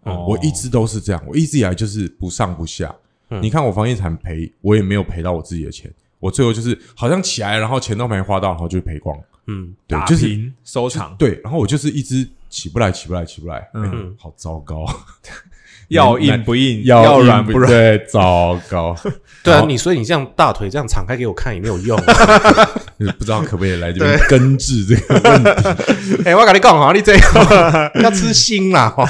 哎哦我一直都是这样，我一直以来就是不上不下。嗯你看我房地产赔，我也没有赔到我自己的钱，我最后就是好像起来，然后钱都没花到，然后就赔光，嗯，对打，就是平收场，对，然后我就是一直起不来，起不来，起不来，嗯嗯，好糟糕，要硬不硬，要软硬不软，对，糟 糕，对啊，好你所以你这样大腿这样敞开给我看也没有用啊。就是不知道可不可以来这边根治这个 问题。 哎、我跟你讲哈，你这 样要吃心啦，哦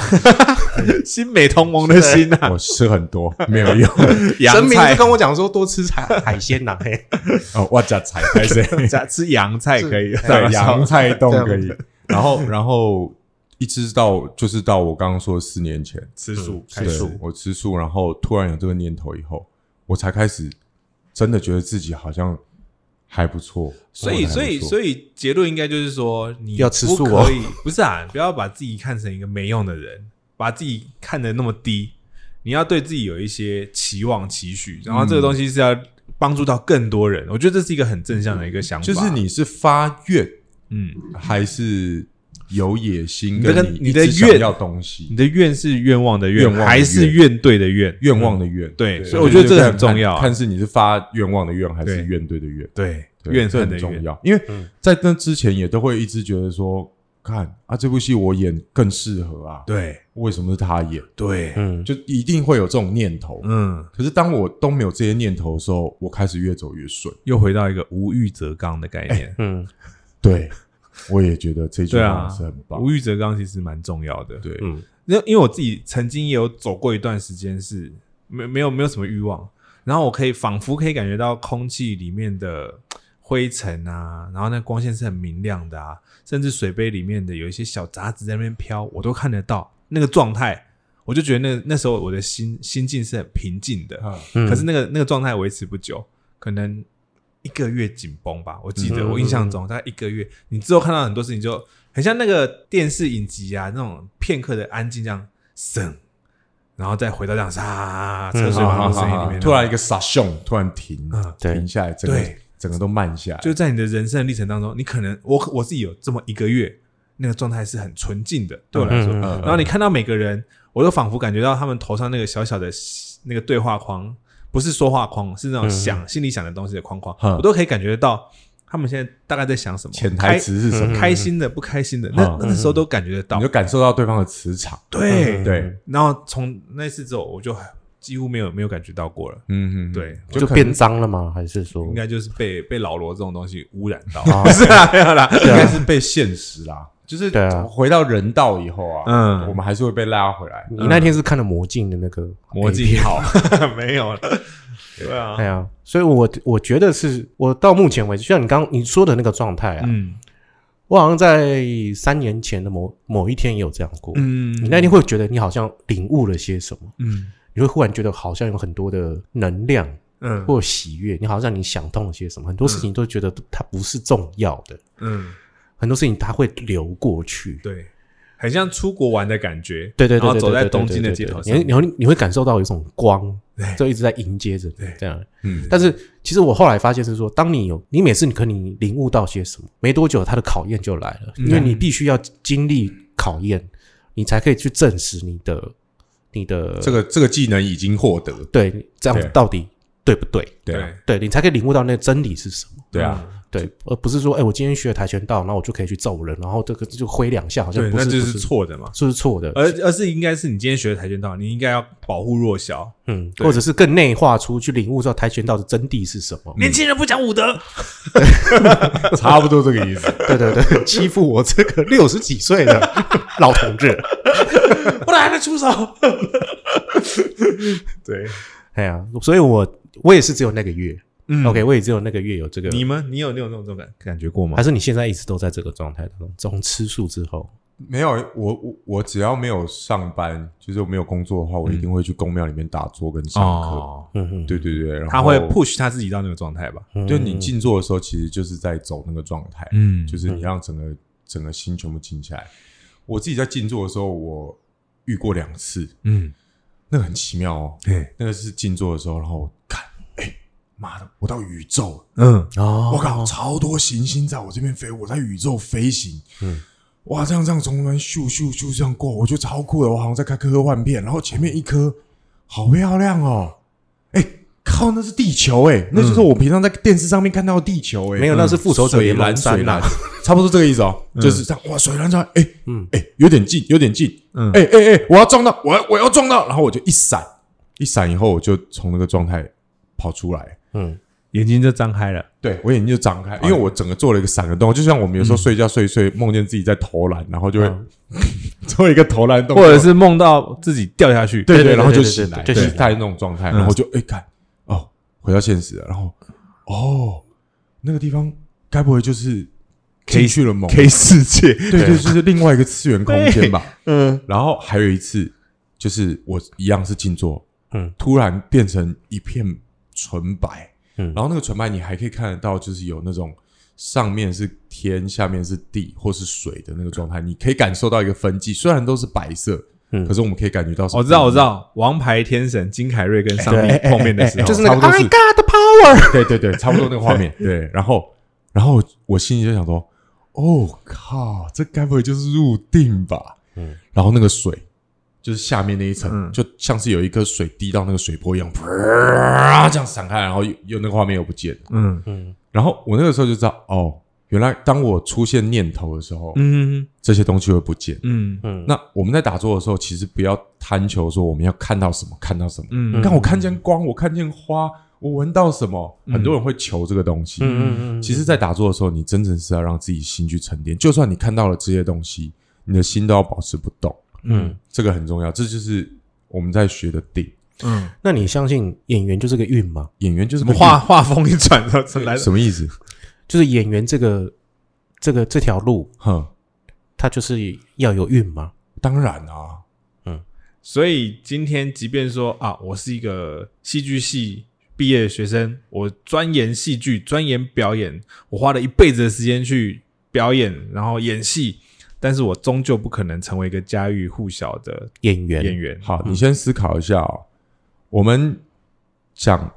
心美同盟的心啊，我吃很多没 有用神洋明菜就跟我讲说多吃海海鲜啦，嘿， 哦，我 加菜开始，加吃洋菜可以，对，洋菜冻可以这。然后，然后一直到就是到我刚刚说的四年前，吃素，吃开始素对我吃素，然后突然有这个念头以后，我才开始真的觉得自己好像哦还不错。所以，所以，所以，以结论应该就是说，你要吃素不哦可以，不是啊，不要把自己看成一个没用的人，把自己看得那么低。你要对自己有一些期望、期许，然后这个东西是要帮助到更多人。我觉得这是一个很正向的一个想法。就是，你是发愿嗯，还是有野你心？的跟你的一直想愿要东你西，的愿是愿望的愿望的还是愿怨对的怨？愿望的愿。对所以我觉得这个很重要啊看看是你是发愿望的愿还对是怨对的怨。对，对怨这恨很的嗯重怨。要，因为在那之前也都会一直觉得说，看啊，这部戏我演更适合啊，对为什么是他演？对，嗯，就一定会有这种念头。嗯，可是当我都没有这些念头的时候，我开始越走越顺。又回到一个无欲则刚的概念。嗯，对， 我也觉得这句对话啊是很，棒。无欲则刚其实蛮重要的。对对，嗯因为因为我自己曾经也有走过一段时间是没没有没有什么欲望，然后我可以仿佛可以感觉到空气里面的灰尘啊，然后那光线是很明亮的啊，甚至水杯里面的有一些小杂质在那边飘，我都看得到那个状态，我就觉得那那时候我的心心境是很平静的，啊嗯可是那个那个状态维持不久，可能一个月紧绷吧，我记得、嗯我印象中大概一个月，你之后看到很多事情就很像那个电视影集啊，那种片刻的安静这样省，然后再回到这样啊沙车水马龙的嗯声音里面，突然一个傻熊突然停嗯，对停下来，整个对整个都慢下来，就在你的人生的历程当中，你可能我我自己有这么一个月，那个状态是很纯净的，对我来说。嗯嗯嗯然后你看到每个人，我都仿佛感觉到他们头上那个小小的那个对话框，不是说话框，是那种想、心里想的东西的框框，嗯我都可以感觉到他们现在大概在想什么，潜台词是什开么？开心的、不开心的，那嗯那时候都感觉得到你就。感受到对方的磁场，对对，然后从那次之后，我就几乎没有没有感觉到过了。嗯嗯，嗯对，就可能变脏了吗？还是说应该就是被被老罗这种东西污染到，啊不是 啦，没有啦，应该是被现实啦，就是对啊回到人道以后啊，嗯我们还是会被拉回来。你那天是看了嗯魔镜的那个魔 A 镜片好， 没有了。对啊对，啊，所以我我觉得是我到目前为止，就像你刚你说的那个状态啊，嗯我好像在三年前的某某一天也有这样过。嗯，你那天会觉得你好像领悟了些什么，嗯你会忽然觉得好像有很多的能量嗯或喜悦，你好像你想通了些什么，很多事情都觉得它不是重要的，嗯，很多事情它会流过去。对，很像出国玩的感觉。对对对然后对，走在对对东对京的对街对头你上会，你会你会感受到有一种光对，就一直在迎接着对这样。嗯，但是其实我后来发现是说，当你有你每次你可能你领悟到些什么，没多久它的考验就来了，嗯因为你必须要经历考验，你才可以去证实你的你的这个这个技能已经获得，对这样对子到底对不对？对啊对你才可以领悟到那个真理是什么。对啊，对，而不是说，哎，我今天学了跆拳道，然后我就可以去揍人，然后这个就挥两下，好像对，不那是，就不是错呃的嘛。这是错的，而而是应该是你今天学的跆拳道，你应该要保护弱小。嗯，或者是更内化出去领悟到跆拳道的真谛是什么。年轻人不讲武德，差不多这个意思。 对对对，欺负我这个六十几 岁的老同志，我哪还能出手？对，哎呀，所以我我也是只有那个月、嗯 o k 我也只有那个月有这个。你们你有你有那种这种感感觉过吗还？是你现在一直都在这个状态当中？从吃素之后，没有，我我我只要没有上班，就是我没有工作的话，我一定会去公庙里面打坐跟上课。哦，嗯哼，对对对，然后他会 push 他自己到那个状态吧？嗯就你静坐的时候，其实就是在走那个状态，嗯就是你让整个整个心全部静下来。我自己在静坐的时候，我遇过两次，嗯，那个很奇妙哦。对，那个是静坐的时候，然后看，哎妈的，我到宇宙了。嗯，哦，我靠，超多行星在我这边飞，我在宇宙飞行。嗯嗯，哇，这样这样从那边咻咻咻这样过，我觉得超酷的。我好像在看科科幻片，然后前面一颗好漂亮哦，哎、靠，那是地球哎、那就是我平常在电视上面看到的地球哎、没有，那是复仇者水联盟蓝水三蓝啦。， 差不多这个意思哦，嗯就是这样哇，水蓝船哎嗯哎，有点近，有点近，嗯哎哎哎，我要撞到，我要我要撞到，然后我就一闪，一闪以后我就从那个状态跑出来。嗯，眼睛就张开了。对我眼睛就张开，因哎为我整个做了一个闪的动作，就像我们有嗯时候睡觉睡一睡，梦见自己在投篮，然后就会 做一个投篮动或作，者是梦到自己掉下去，哦对对对然后就对对醒对来，就就是醒嗯在那种状态，然后就哎看哦，回到现实了，然后哦，那个地方该不会就是进去了梦？ K 世界，对对，就是另外一个次元空间吧。嗯，然后还有一次，就是我一样是静坐，嗯，突然变成一片纯白，嗯然后那个纯白你还可以看得到，就是有那种上面是天，下面是地或是水的那个状态，你可以感受到一个分际，虽然都是白色，嗯可是我们可以感觉到是，哦我知道，我知，道，王牌天神金凯瑞跟上帝碰面的时候，哎就是那个，Oh 差不多 I 是 got the power，对对对，差不多那个画 面，对，然后然后我心里就想说，哦靠，这该不会就是入定吧？嗯嗯，然后那个水就是下面那一层，嗯就像是有一颗水滴到那个水波一样，啪这样散开，然后又又那个画面又不见了。嗯嗯然后我那个时候就知道，哦，原来当我出现念头的时候，嗯这些东西会不见。嗯嗯，那我们在打坐的时候，其实不要贪求说我们要看到什么，看到什么。嗯看我看见光，我看见花，我闻到什么，很多人会求这个东嗯西。嗯嗯嗯，其实，在打坐的时候，你真正是要让自己心去沉淀。就算你看到了这些东西，你的心都要保持不动，嗯，这个很重要。这就是我们在学的定。嗯，那你相信演员就是个运吗？演员就是什么个运画画风一转，然后 来什么意思？就是演员这个这个这条路，哼，它就是要有运吗？当然啊，所以今天即便说啊，我是一个戏剧系毕业的学生，我钻研戏剧，钻研表演，我花了一辈子的时间去表演，然后演戏，但是我终究不可能成为一个家喻户晓的演员，演员。好，嗯你先思考一下哦。我们讲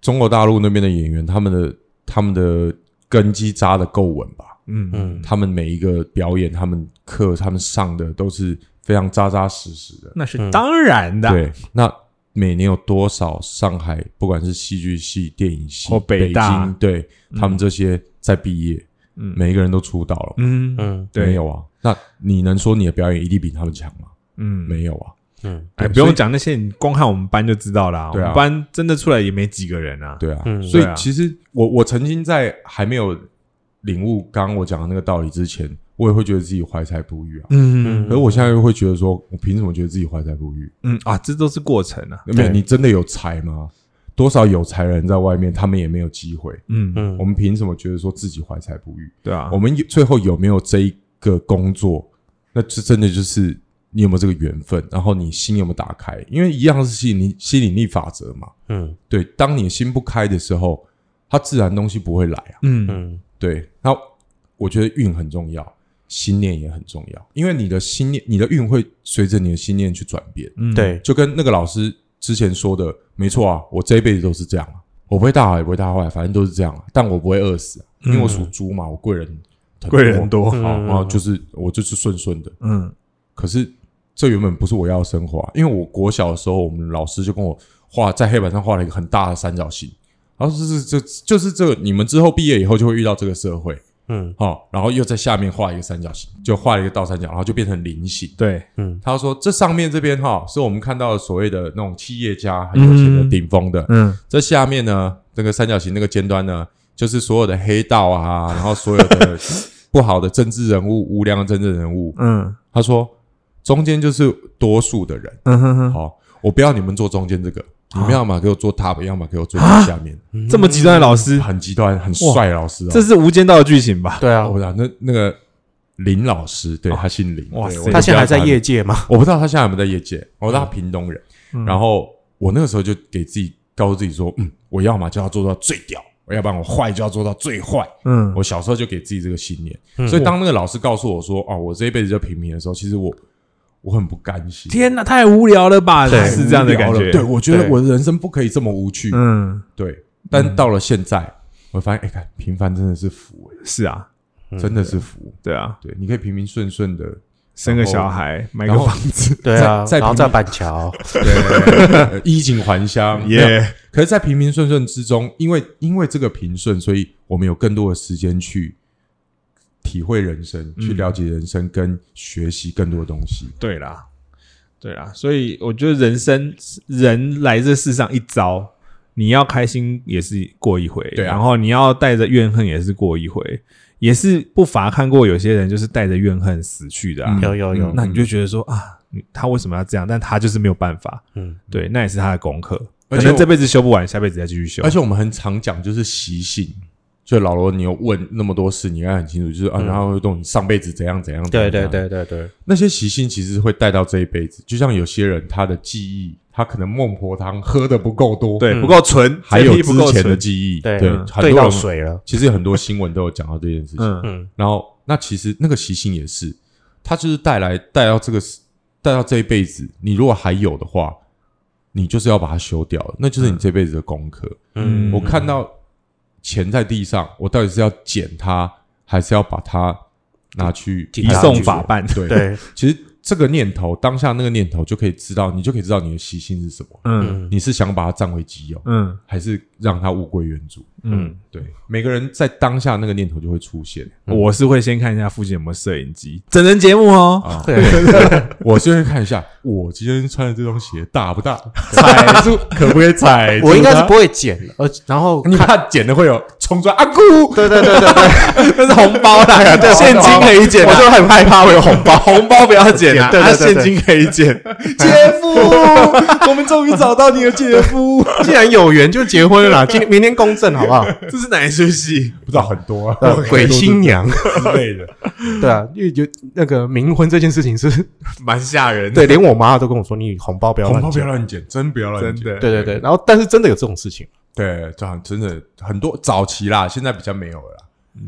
中国大陆那边的演员，他们的他们的根基扎的够稳吧？嗯嗯，嗯，他们每一个表演，他们课，他们上的都是非常扎扎实实的。那是当然的。对，那每年有多少上海，不管是戏剧系、电影系、或北北大京，对他们这些在毕业，嗯每一个人都出道了，嗯嗯嗯对没有啊？那你能说你的表演一定比他们强吗？嗯，没有啊。嗯哎，对不所用以讲那些，你光看我们班就知道啦。我对啊们班真的出来也没几个人啊。对啊，嗯所以对啊其实我我曾经在还没有领悟刚刚我讲的那个道理之前，我也会觉得自己怀才不遇啊。嗯嗯可是我现在又会觉得说，我凭什么觉得自己怀才不遇？嗯啊，这都是过程啊。没对有，你真的有才吗？多少有才人在外面，他们也没有机会。嗯，嗯我们凭什么觉得说自己怀才不遇？对啊我。们有最后有没有这一个工作？那这真的就是你有没有这个缘分，然后你心有没有打开？因为一样是吸引力吸引力法则嘛。嗯对，当你心不开的时候，它自然东西不会来啊。嗯嗯对，那我觉得运很重要，心念也很重要，因为你的心念、你的运会随着你的心念去转变。嗯，对，就跟那个老师之前说的，没错啊，我这一辈子都是这样啊，我不会大好也不会大坏，反正都是这样啊，但我不会饿死、啊，因为我属猪嘛，我贵人很贵人多好，嗯然后就是我就是顺顺的，嗯可是这原本不是我要的生活、啊，因为我国小的时候，我们老师就跟我画在黑板上画了一个很大的三角形，然后就是这就是这个，你们之后毕业以后就会遇到这个社会，嗯哦，然后又在下面画一个三角形，就画了一个倒三角，然后就变成菱形。对，嗯他说这上面这边哈、是我们看到的所谓的那种企业家很有钱的嗯顶峰的，嗯这下面呢，这个三角形那个尖端呢，就是所有的黑道啊，然后所有 的不好的政治人物、无良的政治人物，嗯他说，中间就是多数的人。嗯啊哼哼，好、我不要你们做中间这个，你们要么给我做 top，要么给我做啊最下面。嗯，这么极端的老师，很极端、很帅的老师、哦，这是《无间道》的剧情吧？对啊啊，，我讲那那个林老师，对他姓林，哇对塞我他现在还就在叫他业界吗？我不知道他现在有没有在业界，我知道他屏东人。然后我那个时候就给自己告诉自己说，嗯，我要么就要做到最屌，我要不然我坏就要做到最坏。嗯我小时候就给自己这个信念，嗯所以当那个老师告诉我说，哦，我这一辈子就平民的时候，其实我我很不甘心，天哪，太无聊了吧？对是这样的无聊感了觉。对，我觉得对我的人生不可以这么无趣。嗯，对，但到了现在，我发现，哎，看平凡真的是福，是啊，哎真的是福。对啊，对，你可以平平顺顺的，生个小孩，买个然后房子，对啊，在在然后平在板桥，对，衣锦还 乡。没有耶，可是，在平平顺顺之中，因为因为这个平顺，所以我们有更多的时间去体会人生，嗯去了解人生，跟学习更多的东西。对啦，对啦，所以我觉得人生人来这世上一遭，你要开心也是过一回，对啊然后你要带着怨恨也是过一回，也是不乏看过有些人就是带着怨恨死去的啊、嗯有有有，那你就觉得说啊，你他为什么要这样？但他就是没有办法，嗯对，那也是他的功课，可而且能我这辈子修不完，下辈子再继续修而。且我们很常讲就是习性，就老罗，你有问那么多事，你应该很清楚，就是啊，然后会动你上辈子怎样怎样，怎嗯对样对，怎样对对对，那些习性其实会带到这一辈子。就像有些人他的记忆，他可能孟婆汤喝的不够多，对，嗯不够纯，还有这批不之够前的纯，记忆，对对嗯，很对多到人水了，其实很多新闻都有讲到这件事情。嗯，嗯然后，那其实那个习性也是，它就是带来带到这个带到这一辈子，你如果还有的话，你就是要把它修掉了，那就是你这辈子的功课。嗯，我看到钱在地上，我到底是要捡它，还是要把它拿去移移送法？办，对，对，其实这个念头，当下那个念头就可以知道，你就可以知道你的习性是什么。嗯嗯你是想把它占为己有，嗯还是让它物归原主？嗯，对，每个人在当下那个念头就会出现。我是会先看一下附近有没有摄影机，整人节目哦，啊对，我先看一下，我今天穿的这双鞋大不大？踩住，可不可以踩住它？我应该是不会剪的，呃，然后你看，怕捡的会有冲出来啊哭，对对对对那是红包啦， 现金可以捡、啊，我就很害怕会有红包， 红包不要捡啊，对对对对啊现金可以捡。姐夫，我们终于找到你的姐夫。对，既然有缘就结婚了啦，今明天公证好不 好？ 这是哪一出戏？不知道很多 啊呃鬼新娘，之类的，对啊，因为有那个冥婚这件事情是，蛮吓人的。对，连我妈都跟我说，你红包不要红包乱不捡要，乱捡，真不要乱捡。真的对对对，然后但是真的有这种事情，对，就很真的很多早期啦，现在比较没有了啦。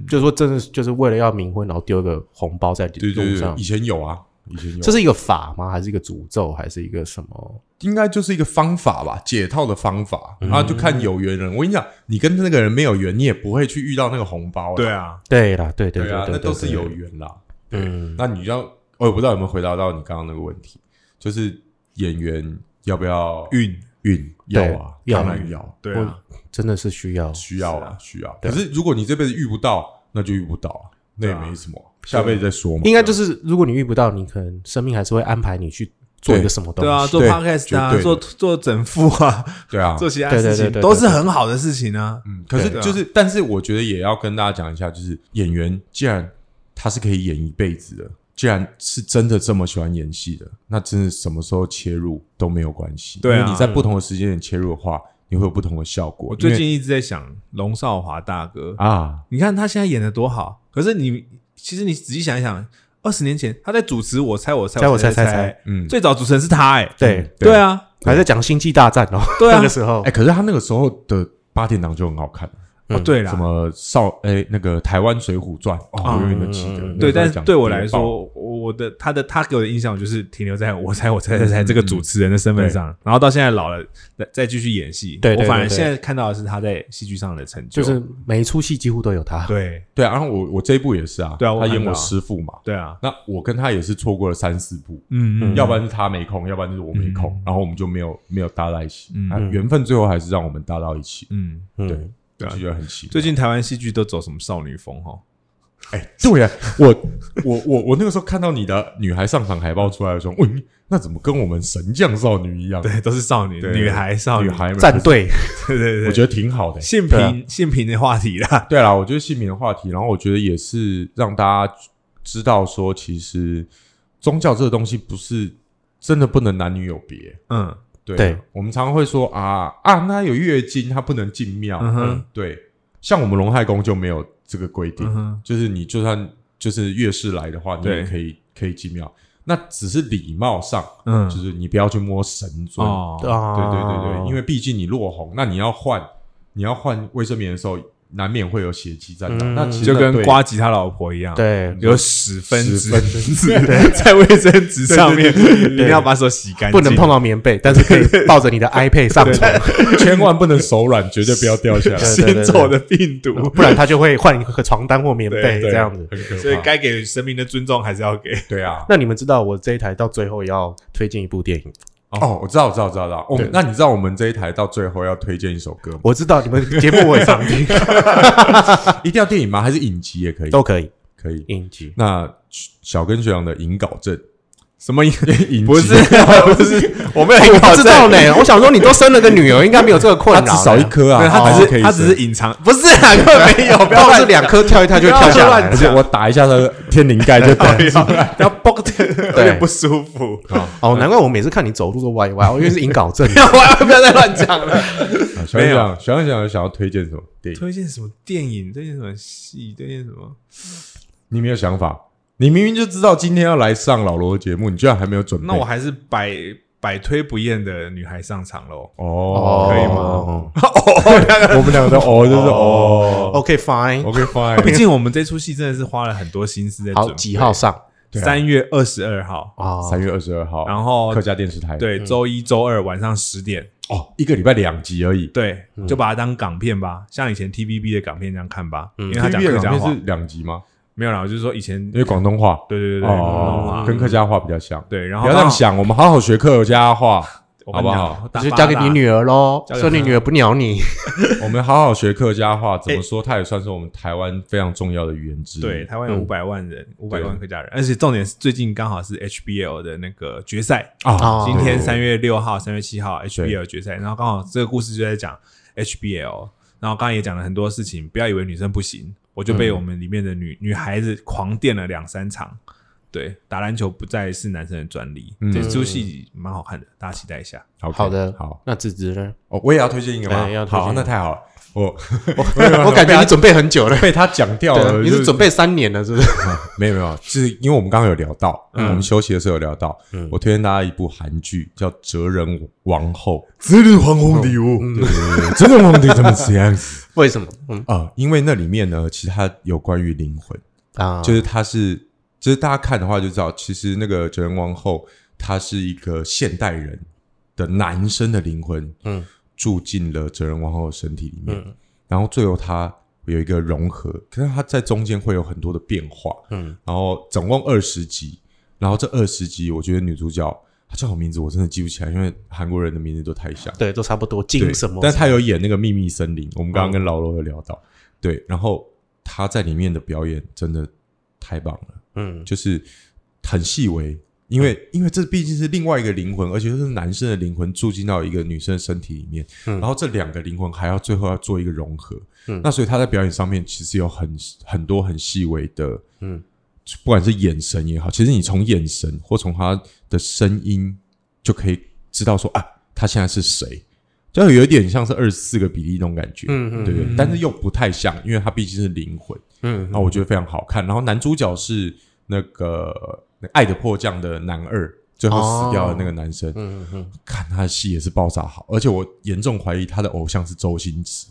就是说真的是就是为了要冥婚，然后丢一个红包在对对路对，上以，前有啊，以前有，这是一个法吗？还是一个诅咒？还是一个什么？应该就是一个方法吧，解套的方法，然后就看有缘人。我跟你讲，你跟那个人没有缘，你也不会去遇到那个红包啦。对啊，对啦，对对对对啊，对，那对都是有。缘啦。对嗯，那你要，哦我也不知道有没有回答到你刚刚那个问题，就是演员要不要运运要啊，要当然要，对啊，真的是需要。需要是啊啊，需要。可对是如果你这辈子遇不到，那就遇不到啊，那也对啊没什么，下辈子再说嘛。应该就是，如果你遇不到，你可能生命还是会安排你去做一个什么东西。对啊，做对 podcast 啊，绝对的做做整副啊，对啊，做其他对对事情对对对都是很好的事情啊。嗯，可是对啊就是，但是我觉得也要跟大家讲一下，就是演员既然他是可以演一辈子的，既然是真的这么喜欢演戏的，那真的什么时候切入都没有关系，对啊因为你在不同的时间点切入的话，你会有不同的效果。我最因为近一直在想龙少华大哥，啊，你看他现在演的多好，可是你其实你仔细想一想，二十年前他在主持《我猜我猜猜我猜猜猜猜猜嗯，最早主持人是他哎、对，对啊，还在讲《星际大战》哦。对啊那个时候哎、，可是他那个时候的八点档就很好看，哦对啦什，么少哎、那个台湾《水浒传》，哦，我嗯永远都记得。嗯那对，时候但是讲对我来谍报，说，我的他的他给我的印象就是停留在我猜我猜猜猜这个主持人的身份对上，然后到现在老了再再继续演戏，对对我反而对对现在看到的是他在戏剧上的成就，就是每一出戏几乎都有他。对对啊，然后我我这一部也是啊，对啊我他演看到我啊师傅嘛，对啊，那我跟他也是错过了三四部，嗯嗯，要不然是他没空，要不然就是我没空，然后我们就没有没有搭在一起。嗯啊，缘分最后还是让我们搭到一起，嗯，嗯，就觉得很奇怪。最近台湾戏剧都走什么少女风哦哈？哎，对呀，我 我我我那个时候看到你的女孩上场海报出来的时候，喂，那怎么跟我们神将少女一样？对，都是少女、对女孩、少女女，孩们，战队 对对对，我觉得挺好的。性对啊平性平的话题啦，对啦，我觉得性平的话题，然后我觉得也是让大家知道说，其实宗教这个东西不是真的不能男女有别。嗯对，啊对我们常常会说啊啊，那有月经，它不能进庙。嗯哼对，像我们龙亥宫就没有这个规定，嗯哼，就是你就算就是月事来的话，你对也可以可以进庙。那只是礼貌上，嗯就是你不要去摸神尊。哦，啊，对对对对，因为毕竟你落红，那你要换你要换卫生棉的时候，难免会有血迹沾到。嗯那其实就跟对 瓜吉他老婆一样，，对有屎分屎子分 在卫生纸上面，一定对要把手洗干净，不能碰到棉被，但是可以抱着 你的 iPad 上床，千万不能手软，绝对不要掉下来。对对对行走的病毒。不然他就会换一个床单或棉被对，啊这样子。很可怕。所以该给神明的尊重还是要给。对啊，那你们知道我这一台到最后要推荐一部电影，哦，我知道，我知道，我知道，我知道。我们那你知道我们这一台到最后要推荐一首歌吗？啊我知道你们节目我也 常听，一定要电影吗？还是影集也可以？都可以可以。应急。那小根学长的引稿症，什么？影集不是，不是，我没有哎，我引导不知道症，呢，我想说你都生了个女儿，应该没有这个困他扰。只少一，颗没啊，有他还只可是以他只生是隐藏， 不是啊，根本 没有，不要要乱是两颗跳一跳就不要跳下来乱而了讲。且我打一下他的天灵 盖就断了。不要崩的，有点不舒服。哦，难怪我每次看你走路都歪一歪，我以为是引稿症。我 不要再乱讲了。啊小根学长，小根学长想要推荐什么电影？推荐什么电影？推荐什么戏？推荐什么？你没有想法？你明明就知道今天要来上老罗节目，你居然还没有准备？那我还是百百推不厌的女孩上场喽。哦，可以吗吗？我们两个都哦，就是哦。 ？OK fine， OK fine，毕 竟我们这出戏真的是花了很多心思在准好，备。几号？上对啊三月二十二号，啊？三月二十二哦号，然后客家嗯电视台对，周一、周二晚上十点，哦，一个礼拜两集而已。对，就把它当港片吧，像以前 TVB 的港片这样看吧，因为他讲 TVB 客的家港话片是，两集吗？没有啦，我就是说以前，因对为广东话，对对对，广东哦话，跟客家话比较像。对，然不后要这样，想，我们好好学客家话， 我跟好不你讲好？就交给你，女儿喽，交给说你她女儿不鸟你。我们好好学客家话，怎么说？它也算是我们台湾非常重要的语言之哎一。对，，台湾有五百万人，五百对万客家人，而且重点是最近刚好是 HBL 的那个决赛，啊，哦今天对三月六号、三月七号对 HBL 决赛，然后刚好这个故事就在讲 HBL，然后刚刚也讲了很多事嗯情，不要以为女生不行，我就被我们里面的女、女孩子狂电了两三场，对，打篮球不再是男生的专利，嗯这出戏蛮好看的，大家期待一下。好好的，好，，那子子呢？哦，我也要推荐一个吗哎？要推荐好，那太好了，哦我 我感觉你准备很久了，被他讲掉了，对，啊你就是准备三年了，是不是？ 没有没有，是因为我们刚刚有聊到，嗯我们休息的时候有聊到，嗯我推荐大家一部韩剧叫《哲人王后这是黄红礼物，》， 哲人皇帝怎么这样子为什么？嗯 啊？因为那里面呢，其实它有关于灵魂，啊，就是它是，就是大家看的话就知道，其实那个哲人王后她是一个现代人的男生的灵魂，嗯住进了哲人王后的身体里面，嗯然后最后她有一个融合，可是她在中间会有很多的变化，嗯然后总共二十集，然后这二十集，我觉得女主角她叫什么名字我真的记不起来，因为韩国人的名字都太像。对，都差不多，对金什么？嗯但她有演那个《秘密森林》，我们刚刚跟老罗有聊到，对，然后她在里面的表演真的太棒了，嗯就是很细微。因为、因为这毕竟是另外一个灵魂，而且是男生的灵魂住进到一个女生的身体里面，嗯然后这两个灵魂还要最后要做一个融合，嗯那所以他在表演上面其实有很很多很细微的嗯不管是眼神也好，其实你从眼神或从他的声音就可以知道说啊，他现在是谁，就有一点像是二十四个比例那种感觉，嗯嗯对不对嗯？但是又不太像，因为他毕竟是灵魂，嗯那我觉得非常好看。然后男主角是那个《爱的迫降》的男二，最后死掉的那个男生，嗯嗯看他的戏也是爆炸好，而且我严重怀疑他的偶像是周星驰，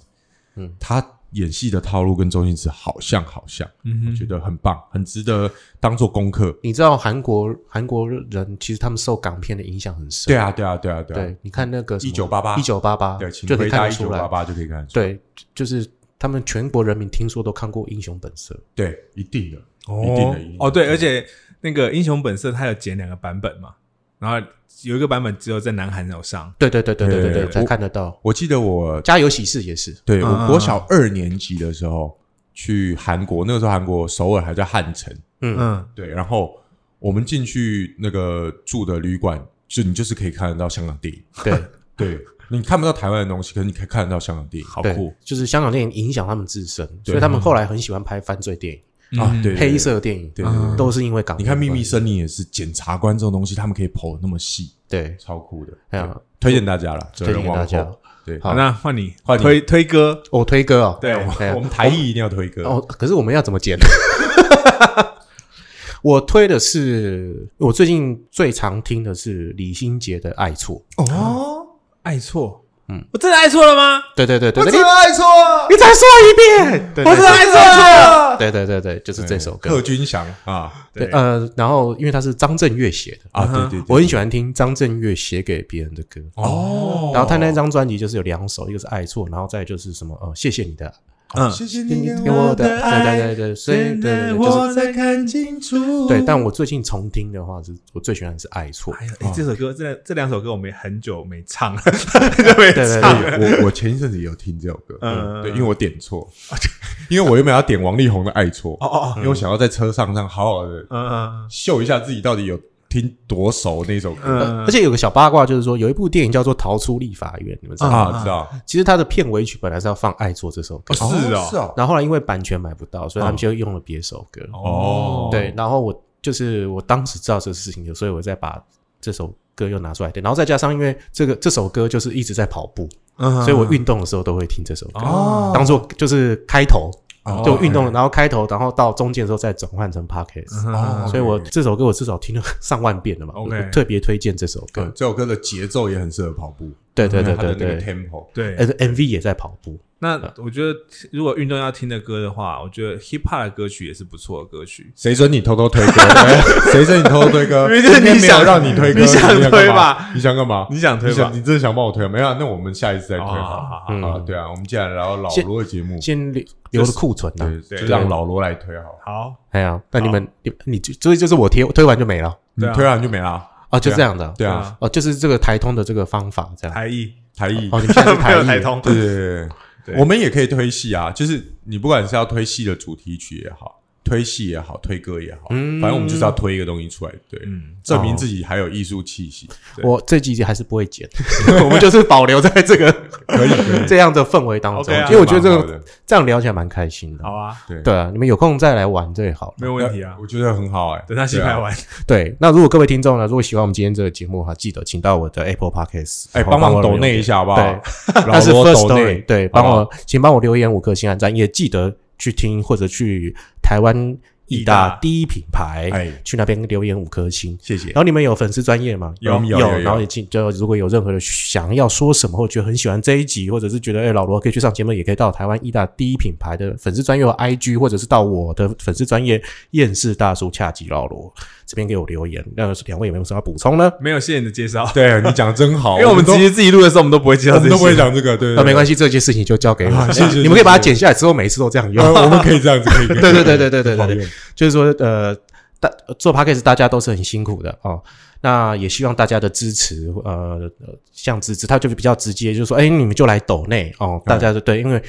嗯他演戏的套路跟周星驰好像好像。嗯我哼觉得很棒，很值得当做功课。你知道韩国韩国人其实他们受港片的影响很深。对啊，对啊，对啊，对啊对，，你看那个什么1988一九八八，对，请就可回以看答得一九出八来。八就可以看得出来。对，就是他们全国人民听说都看过《英雄本色》，对，一定的，一定哦的一定的哦，对，而且那个英雄本色它有剪两个版本嘛，然后有一个版本只有在南韩有上，对对对对对对对对对，对才看得到。我记得我《家有喜事》也是，对嗯我国小二年级的时候去韩国，那个时候韩国首尔还叫汉城，嗯嗯，对，然后我们进去那个住的旅馆，就你就是可以看得到香港电影，对对，你看不到台湾的东西，可是你可以看得到香港电影，好对，就是香港电影影响他们自身，对所以他们后来很喜欢拍犯罪电影、啊嗯，对，对黑，色电影，对对对对都是因为港你片看《关系。秘密森林》也是检察官这种东西，他们可以剖得那么细，对，超酷的，哎呀，推荐大家啦，推荐给大责家任王后。。对，好好，那换你，换你推推歌，我推歌哦，对，哎呀 我们台艺一定要推歌。哦，可是我们要怎么剪？ 我推的是我最近最常听的是李心洁的《爱错》。哦，爱错，嗯，我真的爱错了吗？对对对对，你爱错，你再说一遍，对我真的爱错了，对对对对，就是这首贺歌。军翔啊对，呃，然后因为它是张震岳写的，啊，嗯哼对对，对我很喜欢听张震岳写给别人的歌。哦。然后他那张专辑就是有两首，一个是《爱错》，然后再就是什么呃，谢谢你的，嗯，谢谢给你给我我的，的爱，对对对对，哦所以对对对，就是我才看清楚。对。但我最近重听的话，是我最喜欢的是《爱错》。哦哎呀，哎这首歌，这这两首歌我们也很久没唱了，就没对对唱，对哎我我前一阵子也有听这首歌，嗯嗯，哦对，因为我点错，因为我原本要点王力宏的《爱错哦》，哦，哦因为我想要在车上这样好好的嗯嗯秀一下自己到底有听多熟那首歌嗯，而且有个小八卦，就是说有一部电影叫做《逃出立法院》，你们知道吗？啊，知道其实它的片尾曲本来是要放《爱做》这首歌，哦是哦是哦，然后后来因为版权买不到，所以他们就用了别首歌。哦对，然后我就是我当时知道这个事情的，所以我再把这首歌又拿出来听，然后再加上因为这个这首歌就是一直在跑步，嗯所以我运动的时候都会听这首歌，哦当做就是开头，哦就运动，然后开头，然后到中间的时候再转换成嗯 podcast。哦所以我这首歌我至少听了 上万遍了嘛 OK 我特别推荐这首歌。对，这首歌的节奏也很适合跑步，对对对它的对嗯 那个对， tempo，对而，且 MV 也在跑步。那我觉得如果运动要听的歌的话，我觉得 hip hop 的歌曲也是不错的歌曲。谁准你偷偷推歌？ 对谁准你偷偷推歌？明明就是今天你没有想让你推歌，你想干嘛推吧？你想干嘛？你想推吧哦你你真的想帮我推吗？没有啊，那我们下一次再推好。好嗯啊，对啊，我们接下来聊老罗的节目，先啊留留着库存呐、对，对就让老罗来推好了。好，哎呀，那你们你你就所以就是我贴推完就没了你对啊推完就没啦。哦，就这样的对对啊啊，哦，就是这个台通的这个方法这样。台艺台艺哦，你们现在是 没有台台艺通，对对对对对对，我们也可以推戏啊，就是你不管是要推戏的主题曲也好，推戏也好，推歌也好，嗯反正我们就是要推一个东西出来，对，嗯，哦证明自己还有艺术气息。对我这集还是不会剪，我们就是保留在这个可以这样的氛围当中 OK 啊，因为我觉得这蛮好个的这样聊起来蛮开心的。好啊，对对啊，你们有空再来玩最好了。没有问题啊我。觉得很好哎、等他戏对啊拍完，对，那如果各位听众呢，如果喜欢我们今天这个节目哈，记得请到我的 Apple Podcast，哎、然后帮忙我抖留内一言下好不好？ 对，老但是罗 First 抖内 Story 对，好不帮好我请帮我留言五颗星按赞，也记得去听或者去台湾义义大大第一品牌哎去那边留言五颗星。谢谢然。后你们有粉丝专业吗？嗯有有有有有然后也进就如果有任何的想要说什么，或者觉得很喜欢这一集，或者是觉得哎、老罗可以去上节目，也可以到台湾一大第一品牌的粉丝专业或 IG，或者是到我的粉丝专业厌世大叔恰吉老罗这边给我留言。那两位有没有什么要补充呢？没有谢谢你的介绍，对你讲得真好， 因为我们都其实自己录的时候，我们都不会介我绍这们都不会些。讲这个，对对那啊没关系，系，这件事情就 交给我。啊谢谢你们可以把它谢谢剪下来之后，每一次都这样用。呃我们可以这样子，可以，可 以对对对对对对对讨对厌就是说，呃，大做 p a c k a g e 大家都是很辛苦的哦。那也希望大家的支持，呃，呃像支持，他就是比较直接，就是说，哎、你们就来抖内哦，嗯大家就对，因为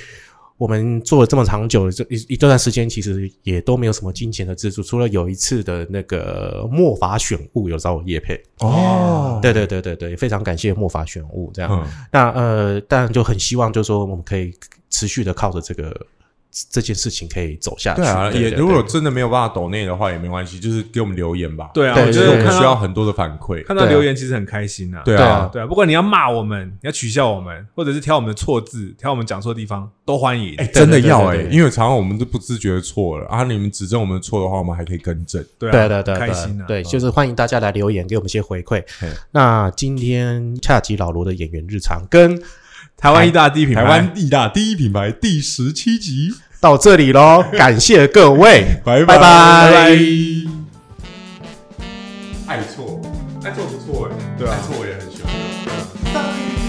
我们做了这么长久，这一一段时间，其实也都没有什么金钱的支柱，除了有一次的那个末法选物有找我叶配，哦，对对对对对，非常感谢末法选物这样。嗯，那呃，当然就很希望，就是说我们可以持续的靠着这个这件事情可以走下去。对啊，也对如果对真的没有办法抖内的话也没关系，就是给我们留言吧。对啊，对我觉就是得我我们看需要到很多的反馈。看到留言其实很开心啊。对对啊啊，对啊，不管你要骂我们，你要取笑我们，或者是挑我们的错字，挑我们讲错地方，都欢迎。哎，真的要哎对对对，对因为常常我们都不自觉地错了啊，你们指正我们的错的话，我们还可以更正。对对啊，对对，很对开心啊。对，就是欢迎大家来留言，给我们一些回馈嘿。那今天恰吉老罗的演员日常跟台湾一大第一品牌，台湾地大第一品牌第十七集，到这里喽，感谢各位，拜拜拜拜。爱错，爱错不错哎，哎对啊爱错我也很喜欢。到底